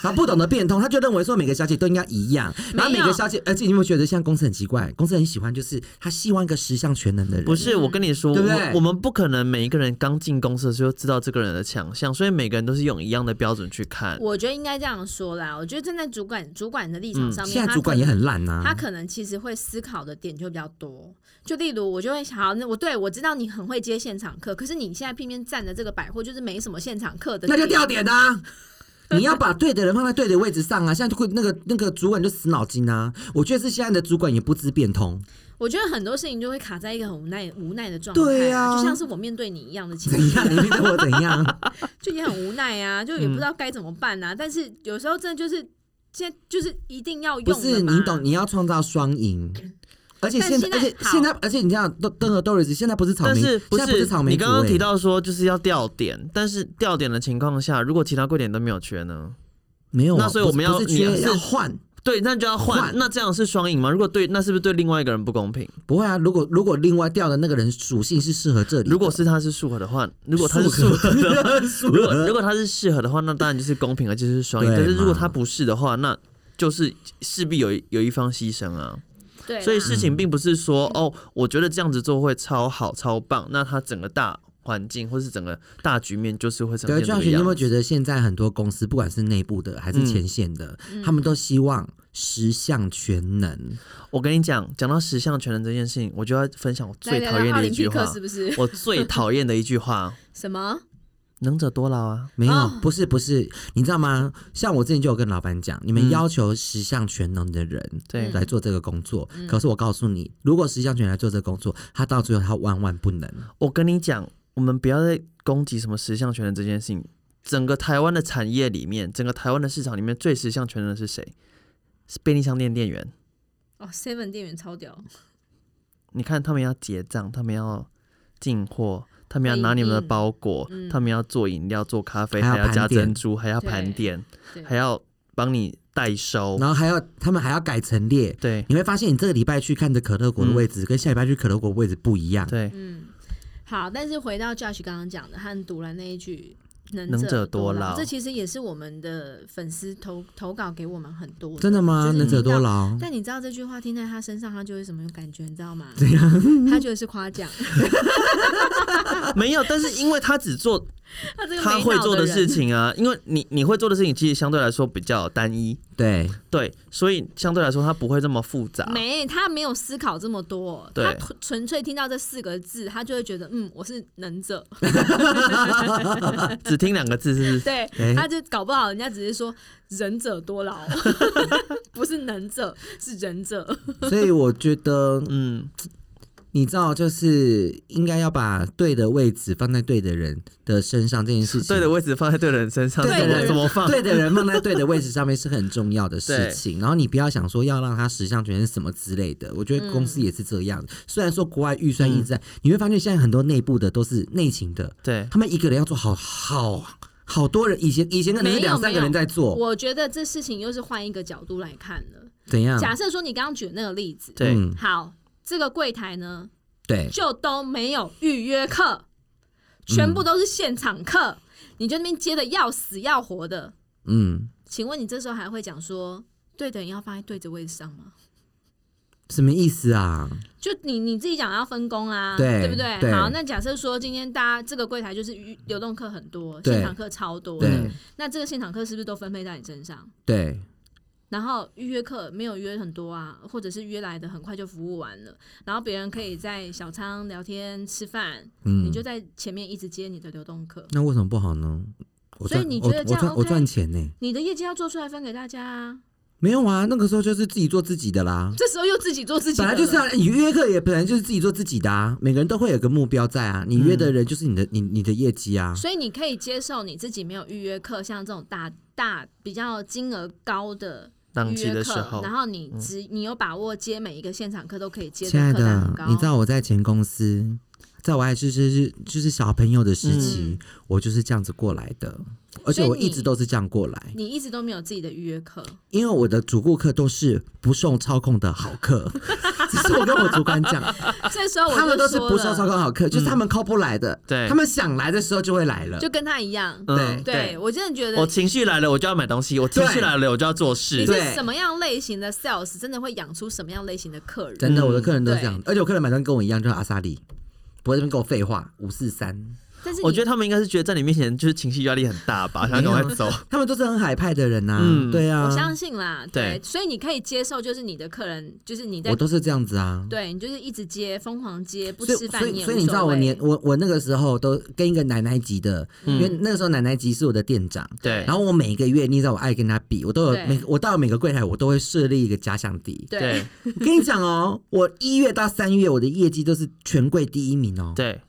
Speaker 4: 然后不懂得变通，他就认为说每个小姐都应该一样，然后每
Speaker 3: 没
Speaker 4: 个
Speaker 3: 有嗯
Speaker 4: 小姐，而且你有没有觉得现在公司很奇怪？公司很喜欢就是他希望一个十项全能的人，
Speaker 2: 不是，我跟你说，
Speaker 4: 对不
Speaker 2: 我
Speaker 4: 对
Speaker 2: 我们不可能每一个人刚进公司的时候就知道这个人的强项，所以每个人都是用一样的标准去看。
Speaker 3: 我觉得应该这样说啦。我觉得站在主管主管的立场上面，
Speaker 4: 嗯现在
Speaker 3: 他
Speaker 4: 主管
Speaker 3: 可
Speaker 4: 也
Speaker 3: 能
Speaker 4: 很烂啊呐、
Speaker 3: 他可能其实会思考的点就比较多。就例如，我就会想，好，那我对我知道你很会接现场课，可是你现在偏偏站的这个百货就是没什么现场课的，
Speaker 4: 那就掉点呐、啊你要把对的人放在对的位置上啊！现在会那个那个主管就死脑筋啊！我觉得是现在的主管也不知变通，
Speaker 3: 我觉得很多事情就会卡在一个很无奈无奈的状态、
Speaker 4: 对
Speaker 3: 啊，
Speaker 4: 啊
Speaker 3: 就像是我面对你一样的情
Speaker 4: 怎
Speaker 3: 绪，
Speaker 4: 样？你嗯对我怎样？
Speaker 3: 就也很无奈啊，就也不知道该怎么办啊。但是有时候真的就是现在就是一定要
Speaker 4: 不
Speaker 3: 用的
Speaker 4: 是
Speaker 3: 嘛
Speaker 4: 你懂，你要创造双赢。而且
Speaker 3: 但
Speaker 4: 现
Speaker 3: 现在
Speaker 4: 而且
Speaker 3: 好
Speaker 4: 现在，而且你啊像邓邓和 Doris 现在不是草
Speaker 2: 但
Speaker 4: 莓，
Speaker 2: 是
Speaker 4: 现在不
Speaker 2: 是
Speaker 4: 草莓
Speaker 2: 你
Speaker 4: 族
Speaker 2: 刚刚
Speaker 4: 欸
Speaker 2: 提到说就是要调点，但是调点的情况下，如果其他贵点都没有缺呢？
Speaker 4: 没有啊？
Speaker 2: 那所以我们
Speaker 4: 不是
Speaker 2: 要
Speaker 4: 不是缺
Speaker 2: 你是
Speaker 4: 要换，
Speaker 2: 对，那就要换
Speaker 4: 换。
Speaker 2: 那这样是双赢吗？如果对，那是不是对另外一个人不公平？
Speaker 4: 不会啊。如果如果另外调的那个人属性是适合这里的，
Speaker 2: 如果是他是适合的话，如
Speaker 4: 如
Speaker 2: 果他是适合的话，
Speaker 4: 如
Speaker 2: 如果如果他是适合的话，那当然就是公平，而且是双赢。
Speaker 4: 对
Speaker 2: 但是如果
Speaker 4: 嘛
Speaker 2: 他不是的话，那就是势必有一有一方牺牲啊。
Speaker 3: 对啦，嗯
Speaker 2: 所以事
Speaker 4: 嗯
Speaker 2: 情并不是说哦，我觉得这样子做会超好、超棒，那它整个大环境或是整个大局面就是会呈
Speaker 4: 对，啊
Speaker 2: 现这
Speaker 4: 就像
Speaker 2: 个
Speaker 4: 你有没有
Speaker 2: 样子。
Speaker 4: 觉得现在很多公司，不管是内部的还是前线的，
Speaker 2: 嗯
Speaker 4: 他们都希望十项全能。
Speaker 2: 我跟你讲，讲到十项全能这件事情，我就要分享我最
Speaker 3: 来
Speaker 2: 讨厌
Speaker 3: 奥
Speaker 2: 的一
Speaker 3: 林匹
Speaker 2: 句
Speaker 3: 克
Speaker 2: 话
Speaker 3: 是，不是？
Speaker 2: 我 最讨厌的一句话：
Speaker 3: 什么？
Speaker 2: 能者多劳啊！
Speaker 4: 没有，
Speaker 3: 哦
Speaker 4: 不是不是，你知道吗？像我之前就有跟老板讲，你们
Speaker 2: 嗯
Speaker 4: 要求十项全能的人
Speaker 3: 嗯
Speaker 2: 对
Speaker 4: 来做这个工作，可是我告诉你，如果十项全能来做这个工作，他到最后他万万不能。
Speaker 2: 我跟你讲，我们不要再攻击什么十项全能这件事情。整个台湾的产业里面，整个台湾的市场里面最十项全能的是谁？是便利商店店员。
Speaker 3: 哦，Seven 店员超屌，
Speaker 2: 你看他们要结账，他们要进货，他们要
Speaker 3: 回
Speaker 2: 拿你们的
Speaker 3: 应
Speaker 2: 包裹，
Speaker 3: 嗯
Speaker 2: 他们要做饮料、做咖啡，
Speaker 4: 还要
Speaker 2: 还要加
Speaker 4: 盘点
Speaker 2: 珍珠，还要盘
Speaker 3: 对
Speaker 2: 点，
Speaker 3: 对，
Speaker 2: 还要帮你代收。
Speaker 4: 然后还要他们还要改陈列，
Speaker 2: 对
Speaker 3: 嗯
Speaker 4: 你会发现你这个礼拜去看的可乐果的位置，跟下礼拜去可乐果的位置不一样。
Speaker 2: 对，
Speaker 3: 嗯，好，但是回到 Josh 刚刚讲的和读了那一句“能
Speaker 2: 能者
Speaker 3: 者
Speaker 2: 多
Speaker 3: 劳
Speaker 2: 劳”，
Speaker 3: 这其实也是我们的粉丝投投稿给我们很多
Speaker 4: 真的吗？
Speaker 3: 就是
Speaker 4: 能者
Speaker 3: 你知道
Speaker 4: 多劳。
Speaker 3: 但你知道这句话听在他身上，他就会什么感觉，你知道吗？
Speaker 2: 啊
Speaker 3: 他觉得是 夸奖，
Speaker 2: 没有，但是因为他只做
Speaker 3: 他 这个
Speaker 2: 他
Speaker 3: 没
Speaker 2: 会
Speaker 3: 脑
Speaker 2: 做的
Speaker 3: 人
Speaker 2: 事，情啊，因为你你会做的事情其实相对来说比较单一，
Speaker 4: 对，
Speaker 2: 对，所以相对来说他不会这么复杂。
Speaker 3: 没他没有思考这么多，
Speaker 2: 啊对
Speaker 3: 他纯纯粹听到这四个字，他就会觉得嗯，我是能者，
Speaker 2: 只听两个字是不是？
Speaker 3: 对，
Speaker 4: 哎
Speaker 3: 他就搞不好人家只是说仁者多 劳，不是能者，是仁者，
Speaker 4: 所以我觉得
Speaker 2: 嗯，
Speaker 4: 你知道，就是应该要把对的位置放在对的人的身上这件事情。
Speaker 2: 对的位置放在对的人身上，
Speaker 4: 对
Speaker 2: 怎
Speaker 4: 的
Speaker 2: 么
Speaker 4: 人
Speaker 2: 怎么放？
Speaker 4: 对的人放在对的位置上面是很重要的事情，然后你不要想说要让他十项全是什么之类的。我觉得公
Speaker 3: 嗯
Speaker 4: 司也是这样，虽然说国外预算
Speaker 2: 嗯
Speaker 4: 一直在，你会发现现在很多内部的都是内勤的，
Speaker 2: 对，
Speaker 4: 他们一个人要做好好好多人，以前以前可能是
Speaker 3: 没有
Speaker 4: 两三个人在做，
Speaker 3: 我觉得这事情又是换一个角度来看了。
Speaker 4: 怎样？
Speaker 3: 假设说你刚刚举的那个例子，
Speaker 2: 对
Speaker 4: 嗯
Speaker 3: 好，这个柜台呢
Speaker 4: 对，
Speaker 3: 就都没有预约课，全部都是现场课，你就那边接的要死要活的。
Speaker 4: 嗯，
Speaker 3: 请问你这时候还会讲说对的人要放在对的位置上吗？
Speaker 4: 什么意思啊？
Speaker 3: 就你你自己讲要分工啊，
Speaker 4: 对
Speaker 3: 不对？
Speaker 4: 对
Speaker 3: 好，那假设说今天大家这个柜台就是预流动课很多，
Speaker 4: 对
Speaker 3: 现场课超多
Speaker 4: 对
Speaker 3: 的，那这个现场课是不是都分配在你身上？
Speaker 4: 对，
Speaker 3: 然后预约课没有约很多啊，或者是约来的很快就服务完了，然后别人可以在小仓聊天吃饭，
Speaker 4: 嗯，
Speaker 3: 你就在前面一直接你的流动课，
Speaker 4: 那为什么不好呢？我
Speaker 3: 所以
Speaker 4: 赚
Speaker 3: 你
Speaker 4: 我
Speaker 3: 觉得这
Speaker 4: 我
Speaker 3: 样
Speaker 4: 赚我
Speaker 3: OK？
Speaker 4: 赚钱呢、
Speaker 3: 你的业绩要做出来分给大家啊。
Speaker 4: 没有啊，那个时候就是自己做自己的啦。
Speaker 3: 这时候又自己做自己的
Speaker 4: 本
Speaker 3: 了，
Speaker 4: 来就是啊，你约课也本来就是自己做自己的啊，每个人都会有个目标在啊，你约的人就是你的、你你的业绩啊，
Speaker 3: 所以你可以接受你自己没有预约课，像这种大大比较金额高的
Speaker 2: 档
Speaker 3: 预
Speaker 2: 期
Speaker 3: 约
Speaker 2: 的
Speaker 3: 课
Speaker 2: 时候
Speaker 3: 然后你只、你有把握接每一个现场课都可以接
Speaker 4: 亲爱
Speaker 3: 课单
Speaker 4: 的
Speaker 3: 很高，，
Speaker 4: 你知道我在前公司，在我还是是是就是小朋友的时期，我就是这样子过来的，而且
Speaker 3: 所以
Speaker 4: 我一
Speaker 3: 你
Speaker 4: 直都是这样过来，
Speaker 3: 你一直都没有自己的预约 课，
Speaker 4: 因为我的主顾客都是不受操控的好 客，只是我跟我主管讲，
Speaker 3: 这时候哦我就
Speaker 4: 他们都是
Speaker 3: 说
Speaker 4: 不
Speaker 3: 了
Speaker 4: 受操控好客，就是他们扣不来的，
Speaker 2: 对
Speaker 4: 他们想来的时候就会来了，
Speaker 3: 就跟他一样。
Speaker 2: 嗯
Speaker 4: 对
Speaker 3: 对我真的觉得
Speaker 2: 我情绪来了，我就要买 东西；我情绪
Speaker 4: 对
Speaker 2: 来了，我就要做事
Speaker 3: 你。
Speaker 4: 对
Speaker 3: 是什么样类型的 sales，真的会养出什么样类型的客人。
Speaker 4: 真的，
Speaker 2: 嗯
Speaker 4: 我的客人都是这样，而且我客人买单跟我一样，就是阿萨里，不会这边跟我废话，五四三，
Speaker 3: 但是
Speaker 2: 我觉
Speaker 3: 得
Speaker 2: 得他们应该是觉得在你面前就是情绪压力很大 吧，想赶快走。
Speaker 4: 他们都是很海派的人呐、
Speaker 2: 嗯
Speaker 4: 对啊
Speaker 3: 我，相信啦，
Speaker 2: 对
Speaker 3: 对，所以你可以接受，就是你的客人，就是你在
Speaker 4: 我都是这样子啊。
Speaker 3: 对你就是一直接，疯狂接，不
Speaker 4: 所
Speaker 3: 吃
Speaker 4: 以，所
Speaker 3: 饭你
Speaker 4: 以，
Speaker 3: 也
Speaker 4: 所以
Speaker 3: 无
Speaker 4: 你知
Speaker 3: 所
Speaker 4: 道我
Speaker 3: 谓
Speaker 4: 年我我那个时候都跟一个奶奶级的，
Speaker 3: 嗯
Speaker 4: 因为那个时候奶奶级是我的店长，
Speaker 2: 对
Speaker 4: 然后我每个月，你知道我爱跟他比，我都有
Speaker 3: 对
Speaker 4: 每我到每个柜台我都会设立一个假想敌。
Speaker 3: 对，
Speaker 4: 我跟你讲哦，我一月到三月我的业绩都是全柜第一名哦，
Speaker 2: 对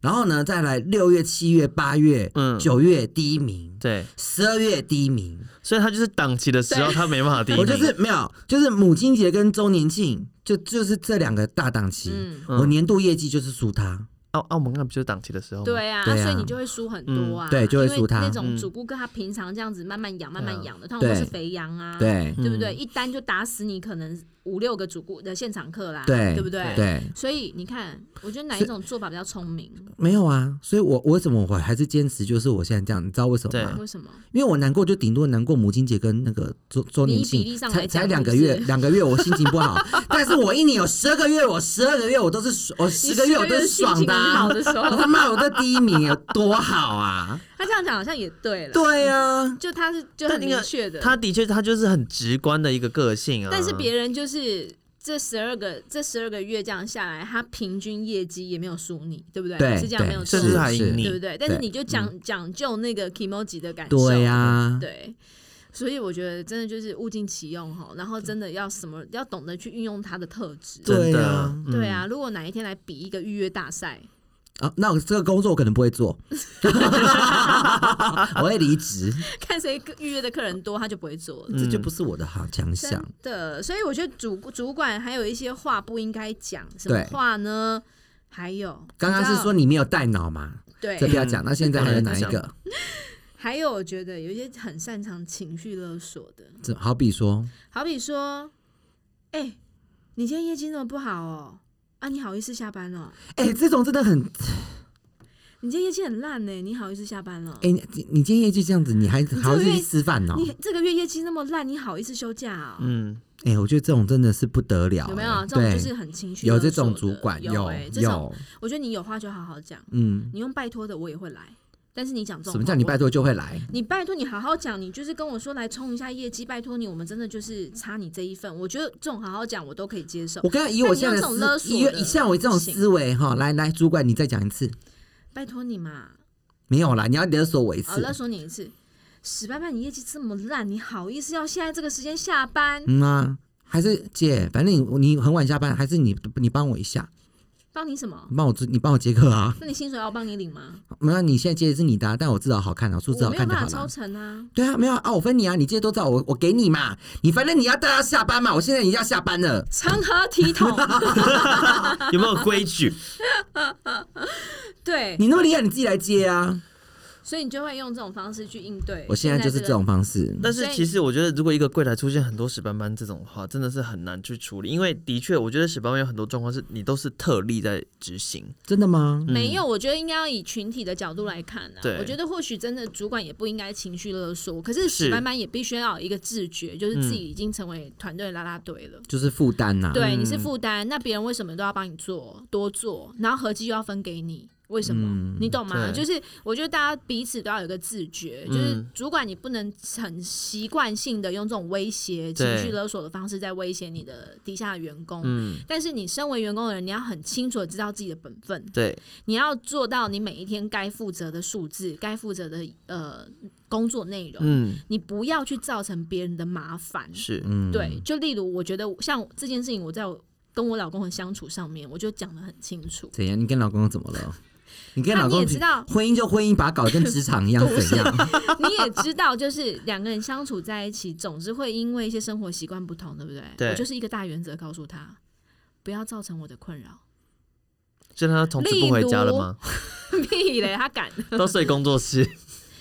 Speaker 4: 然后呢再来六月、七月、八月、
Speaker 2: 嗯
Speaker 4: 九月第一名，
Speaker 2: 对，
Speaker 4: 十二月第一名，
Speaker 2: 所以他就是档期的时候他没办法第一
Speaker 4: 我
Speaker 2: 名，
Speaker 4: 就是没有，就是母亲节跟周年庆，就就是这两个大档期，
Speaker 3: 嗯
Speaker 4: 我年度业绩就是输他。
Speaker 2: 澳哦澳门那不就是档期的时候吗？
Speaker 3: 对啊，
Speaker 4: 对啊
Speaker 3: 所以你就会输很多啊，
Speaker 4: 嗯对就会
Speaker 3: 因为
Speaker 4: 输他
Speaker 3: 那
Speaker 2: 嗯
Speaker 3: 种主顾客他平常这样子慢慢养、慢慢养的，通常
Speaker 4: 对
Speaker 3: 都是肥羊啊，
Speaker 4: 对嗯
Speaker 3: 对不对？一单就打死你可能五六个主顾的现场客啦，
Speaker 4: 对
Speaker 3: 不对？
Speaker 4: 对，
Speaker 3: 所以你看，我觉得哪一种做法比较聪明？
Speaker 4: 没有啊，所以我我为什么我还是坚持就是我现在这样，你知道为什么吗
Speaker 2: 对？
Speaker 3: 为什么？
Speaker 4: 因为我难过就顶多难过母亲节跟那个周周年
Speaker 3: 你以比
Speaker 4: 庆
Speaker 3: 例，上来
Speaker 4: 才才
Speaker 3: 讲
Speaker 4: 两个
Speaker 3: 是不是
Speaker 4: 月，两个月我心情不好， 但是我一年有十二个月，我十二个月我都是我十个月我都是爽的啊、
Speaker 3: 好的时
Speaker 4: 我
Speaker 3: 候，
Speaker 4: 他妈我在第一名有多好啊！
Speaker 3: 他这样讲好像也 对了，
Speaker 4: 对啊，
Speaker 3: 就他是就
Speaker 2: 但
Speaker 3: 很
Speaker 2: 那个
Speaker 3: 明确的，
Speaker 2: 他的确他就是很直观的一个个性啊。
Speaker 3: 但是别人就是。这十二个这十二个月这样下来，他平均业绩也没有输你，对不对？
Speaker 4: 对
Speaker 3: 是这样没有
Speaker 4: 对，
Speaker 3: 错
Speaker 2: 甚至
Speaker 3: 吗，
Speaker 2: 还赢
Speaker 4: 是
Speaker 2: 你
Speaker 3: 对不对？但是
Speaker 4: 对嗯
Speaker 3: 你就讲讲究那个 emoji 的感受，
Speaker 4: 对啊呀，
Speaker 3: 对，所以我觉得真的就是物尽其用哈，然后真的要什么要懂得去运用他的特质。
Speaker 2: 真
Speaker 4: 对
Speaker 2: 的
Speaker 4: 啊
Speaker 2: 嗯
Speaker 3: 对啊，如果哪一天来比一个预约大赛，
Speaker 4: 啊，那我这个工作我可能不会做，我会离职，
Speaker 3: 看谁预约的客人多，他就不会做了。
Speaker 4: 这就不是我的好强项
Speaker 3: 真。的，所以我觉得主主管还有一些话不应该讲，什么
Speaker 4: 对
Speaker 3: 话呢？还有
Speaker 4: 刚刚
Speaker 3: 你
Speaker 4: 是
Speaker 3: 知道
Speaker 4: 说你没有带脑嘛？这不
Speaker 3: 对，
Speaker 4: 要讲，那现在还有哪一
Speaker 2: 对
Speaker 4: 个？
Speaker 3: 还有我觉得有一些很擅长情绪勒索的，
Speaker 4: 这好比说，
Speaker 3: 好比说，哎、你今天业绩那么不好哦，啊，你好意思下班哦？
Speaker 4: 哎、这种真的很，
Speaker 3: 你今天业绩很烂呢、你好意思下班了？
Speaker 4: 哎、你你你今天业绩这样子，你还还要去吃饭哦？
Speaker 3: 你这个月业绩那么烂，你好意思休假啊、
Speaker 2: 嗯，
Speaker 4: 哎、我觉得这种真的是不得了、
Speaker 3: 有没有
Speaker 4: 哎
Speaker 3: 这种就
Speaker 4: 对
Speaker 3: 是很情绪勒
Speaker 4: 有
Speaker 3: 索的？
Speaker 4: 这种主管，
Speaker 3: 有
Speaker 4: 有
Speaker 3: 哎这种
Speaker 4: 有，
Speaker 3: 我觉得你有话就好好讲，
Speaker 4: 嗯，
Speaker 3: 你用拜托的我也会来，但是你讲这种
Speaker 4: 什么叫
Speaker 3: 话
Speaker 4: 你
Speaker 3: 我
Speaker 4: 拜？托就会来？
Speaker 3: 你拜托你好好讲，你就是跟我说来冲一下业绩，拜托你，我们真的就是差你这一份。我觉得这种好好讲我都可以接受
Speaker 4: 我，刚刚以我现
Speaker 3: 那你用这
Speaker 4: 在的
Speaker 3: 种勒
Speaker 4: 思，
Speaker 3: 索
Speaker 4: 以
Speaker 3: 的
Speaker 4: 以像我这种思维哈，来来，主管你再讲一次，
Speaker 3: 拜托你嘛，
Speaker 4: 没有啦，你要勒索我一
Speaker 3: 好
Speaker 4: 次
Speaker 3: 勒，索你一次。史班班，你业绩这么烂，你好意思要现在这个时间下班？
Speaker 4: 嗯啊，还是姐，反正你你很晚下班，还是你你帮我一下，
Speaker 3: 帮你什么？
Speaker 4: 你帮我你帮我接客啊，
Speaker 3: 那你薪水要我帮你领吗？
Speaker 4: 没有，你现在接的是你的啊、但我至少好看啊，数字
Speaker 3: 我
Speaker 4: 好
Speaker 3: 没有
Speaker 4: 看就
Speaker 3: 办
Speaker 4: 好
Speaker 3: 法抽
Speaker 4: 了。
Speaker 3: 成啊。
Speaker 4: 对啊，没有啊，我分你啊，你这些都照我，我给你嘛，你反正你要大家下班嘛，我现在已经要下班了。
Speaker 3: 成 何体 统？
Speaker 2: 有没有规矩？
Speaker 3: 对，
Speaker 4: 你那么厉害，你自己来接啊！
Speaker 3: 所以你就会用这种方式去应对。
Speaker 4: 我现在就是这
Speaker 3: 个
Speaker 4: 种方式，
Speaker 2: 但是
Speaker 3: 所以
Speaker 2: 其实我觉得，如果一个柜台出现很多屎斑斑这种话，真的是很难去处理，因为的确，我觉得屎斑斑有很多状况是你都是特例在执行，
Speaker 4: 真的吗？
Speaker 3: 没有，我觉得应该要以群体的角度来看啊
Speaker 2: 嗯对。
Speaker 3: 我觉得或许真的主管也不应该情绪勒索，可是
Speaker 2: 是嗯
Speaker 3: 史班班也必须要有一个自觉，就是自己已经成为团队拉拉队了。
Speaker 4: 就是负担啊呐。
Speaker 3: 对，你是负担，那别人为什么都要帮你做多做，然后合计又要分给你？为什么？你懂吗？
Speaker 2: 嗯对
Speaker 3: 就是我觉得大家彼此都要有个自觉，就是
Speaker 2: 嗯
Speaker 3: 主管你不能很习惯性的用这种威胁、情
Speaker 2: 对
Speaker 3: 绪勒索的方式在威胁你的底下的员工。
Speaker 2: 嗯，
Speaker 3: 但是你身为员工的人，你要很清楚的知道自己的本分，
Speaker 2: 对，
Speaker 3: 你要做到你每一天该负责的数字、该负责的呃工作内容，
Speaker 2: 嗯，
Speaker 3: 你不要去造成别人的麻烦。
Speaker 2: 是，
Speaker 4: 嗯，
Speaker 3: 对，就例如我觉得像这件事情，我在我跟我老公的相处上面，我就讲的很清楚。
Speaker 4: 怎样？你跟老公怎么了？你跟
Speaker 3: 那
Speaker 4: 老
Speaker 3: 你
Speaker 4: 公
Speaker 3: 也知道，
Speaker 4: 婚姻就婚姻，把它搞得跟职 场一样，怎样？
Speaker 3: 你也知道，就是两个人相处在一起，总是会因为一些生活习惯不同，对不对？
Speaker 2: 对
Speaker 3: 我就是一个大原则告诉他，不要造成我的困扰。
Speaker 2: 所以他从此不回家了吗？
Speaker 3: 屁嘞，他敢。
Speaker 2: 都睡工作室，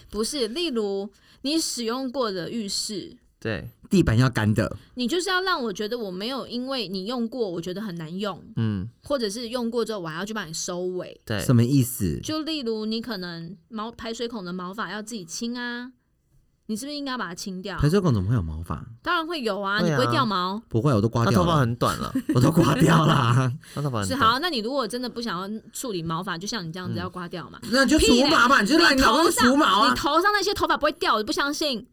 Speaker 3: 不是，例如你使用过的浴室，
Speaker 2: 对，
Speaker 4: 地板要干的，
Speaker 3: 你就是要让我觉得我没有因为你用过，我觉得很难用，
Speaker 2: 嗯，
Speaker 3: 或者是用过之后我还要去帮你收尾。
Speaker 2: 对，
Speaker 4: 什么意思？
Speaker 3: 就例如你可能毛排水孔的毛发要自己清啊，你是不是应该把它清掉？
Speaker 4: 排水孔怎么会有毛发？
Speaker 3: 当然会有啊，
Speaker 2: 会
Speaker 3: 你
Speaker 2: 啊
Speaker 3: 不会掉毛。
Speaker 4: 不会，我都刮
Speaker 2: 他
Speaker 4: 掉
Speaker 2: 头发
Speaker 4: 了，
Speaker 2: 很短 了，
Speaker 4: 我都刮掉了。
Speaker 2: 他头发很
Speaker 3: 是
Speaker 2: 短。
Speaker 3: 好，那你如果真的不想要处理毛发，就像你这样
Speaker 2: 嗯
Speaker 3: 子要刮掉嘛，
Speaker 4: 那你就
Speaker 3: 屁
Speaker 4: 除
Speaker 3: 嘞
Speaker 4: 毛嘛，你就让
Speaker 3: 你
Speaker 4: 老
Speaker 3: 头
Speaker 4: 公
Speaker 3: 上
Speaker 4: 除毛
Speaker 3: 你
Speaker 4: 啊，
Speaker 3: 头上那些头发不会掉，我不相信。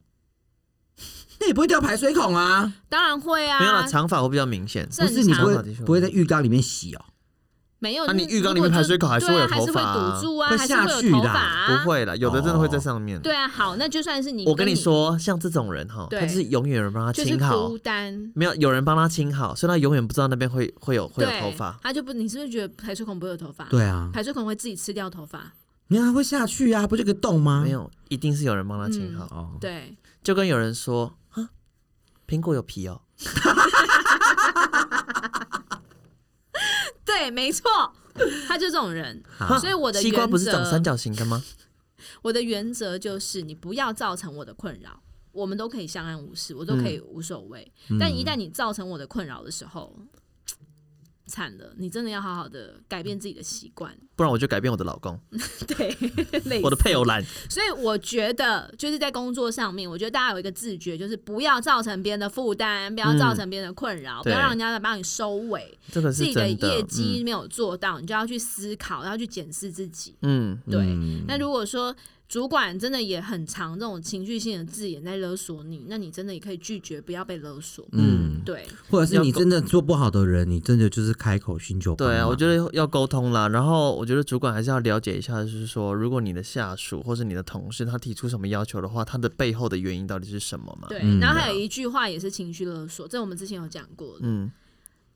Speaker 4: 那也不会掉排水孔啊。
Speaker 3: 当然会啊，
Speaker 2: 没有啦，长发会比较明显。
Speaker 4: 不
Speaker 3: 正
Speaker 4: 是你不
Speaker 3: 常
Speaker 2: 长发的确
Speaker 4: 会不会在浴缸里面洗哦？
Speaker 3: 没有。
Speaker 2: 那啊你
Speaker 3: 如
Speaker 2: 浴缸里面
Speaker 3: 如果
Speaker 2: 排水口还是
Speaker 3: 对啊
Speaker 2: 会有
Speaker 3: 还是
Speaker 2: 头发啊
Speaker 3: 会堵住啊，
Speaker 4: 会
Speaker 3: 还是
Speaker 4: 下
Speaker 3: 会有
Speaker 4: 去
Speaker 3: 头
Speaker 4: 啦
Speaker 3: 发啊。
Speaker 2: 不，会啦，有的真的会在上面。
Speaker 3: 对啊，好，那就算是你。
Speaker 2: 我跟
Speaker 3: 你
Speaker 2: 你，说，像这种人哈，
Speaker 3: 对
Speaker 2: 他就是永远有人帮他
Speaker 3: 就是
Speaker 2: 清好
Speaker 3: 孤，单。
Speaker 2: 没有有人帮他清好，所以他永远不知道那边会会有会有
Speaker 3: 对
Speaker 2: 头发。
Speaker 3: 他就不，你是不是觉得排水孔不会有头发？
Speaker 4: 对啊，
Speaker 3: 排水孔会自己吃掉头发。
Speaker 4: 你看它会下去啊，不就个洞吗？
Speaker 2: 没有，一定是有人帮他清
Speaker 3: 嗯
Speaker 2: 好。
Speaker 4: 哦，
Speaker 3: 对，
Speaker 2: 就跟有人说啊，苹果有皮哦，
Speaker 3: 对，没错，他就这种 人。
Speaker 4: 好
Speaker 3: 啊所以我的
Speaker 2: 啊西瓜
Speaker 3: 原
Speaker 2: 不是长
Speaker 3: 则
Speaker 2: 三角形的吗？
Speaker 3: 我的原则就是你不要造成我的困扰，我们都可以相安无事，我都可
Speaker 2: 嗯
Speaker 3: 以无所谓。
Speaker 4: 嗯
Speaker 3: 但一旦你造成我的困扰的时候，惨了，你真的要好好的改变自己的习惯。
Speaker 2: 不然我就改变我的老公，
Speaker 3: 对， 类
Speaker 2: 我的
Speaker 3: 似
Speaker 2: 配偶栏。
Speaker 3: 所以我觉得就是在工作上面，我觉得大家有一个自觉，就是不要造成别人的负担，不
Speaker 4: 嗯
Speaker 3: 要造成别人的困扰，不要
Speaker 2: 对
Speaker 3: 让人家来帮你收尾。
Speaker 2: 这个
Speaker 3: 自
Speaker 2: 是
Speaker 3: 己的
Speaker 2: 真
Speaker 3: 业绩
Speaker 2: 嗯
Speaker 3: 没有做到，你就要去思考，要去检视自己。
Speaker 2: 嗯，
Speaker 3: 对，
Speaker 4: 嗯
Speaker 3: 那如果说主管真的也很常这种情绪性的字眼在勒索你，那你真的也可以拒绝，不要被勒索。
Speaker 4: 嗯，
Speaker 3: 对，
Speaker 4: 或者是你
Speaker 2: 要够
Speaker 4: 真的做不好的人，你真的就是开口寻求帮
Speaker 2: 对啊，
Speaker 4: 忙
Speaker 2: 我觉得要沟通啦。然后我觉得主管还是要了解一下，就是说，如果你的下属或是你的同事他提出什么要求的话，他的背后的原因到底是什么嘛？
Speaker 3: 对，
Speaker 4: 嗯
Speaker 3: 然后还有一句话也是情绪勒索，这我们之前有讲过的。
Speaker 2: 嗯，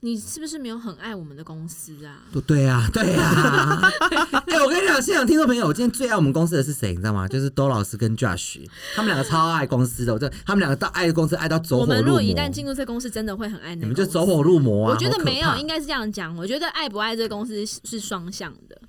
Speaker 3: 你是不是没有很爱我们的公司啊？
Speaker 4: 对对啊，对啊。 哎、我跟你讲，现场听众朋友，我今天最爱我们公司的是谁，你知道吗？就是周老师跟 Josh，他们两个超爱公司的，我就他们两个到爱公司爱到走
Speaker 3: 我
Speaker 4: 火入魔。
Speaker 3: 们如果一旦进入这公司，真的会很爱那
Speaker 4: 你
Speaker 3: 个
Speaker 4: 们就
Speaker 3: 公司
Speaker 4: 走火入魔
Speaker 3: 嗯
Speaker 4: 啊！
Speaker 3: 我觉
Speaker 4: 好
Speaker 3: 得
Speaker 4: 可
Speaker 3: 没有
Speaker 4: 怕，
Speaker 3: 应该是这样讲。我觉得爱不爱这个公司是是双向的。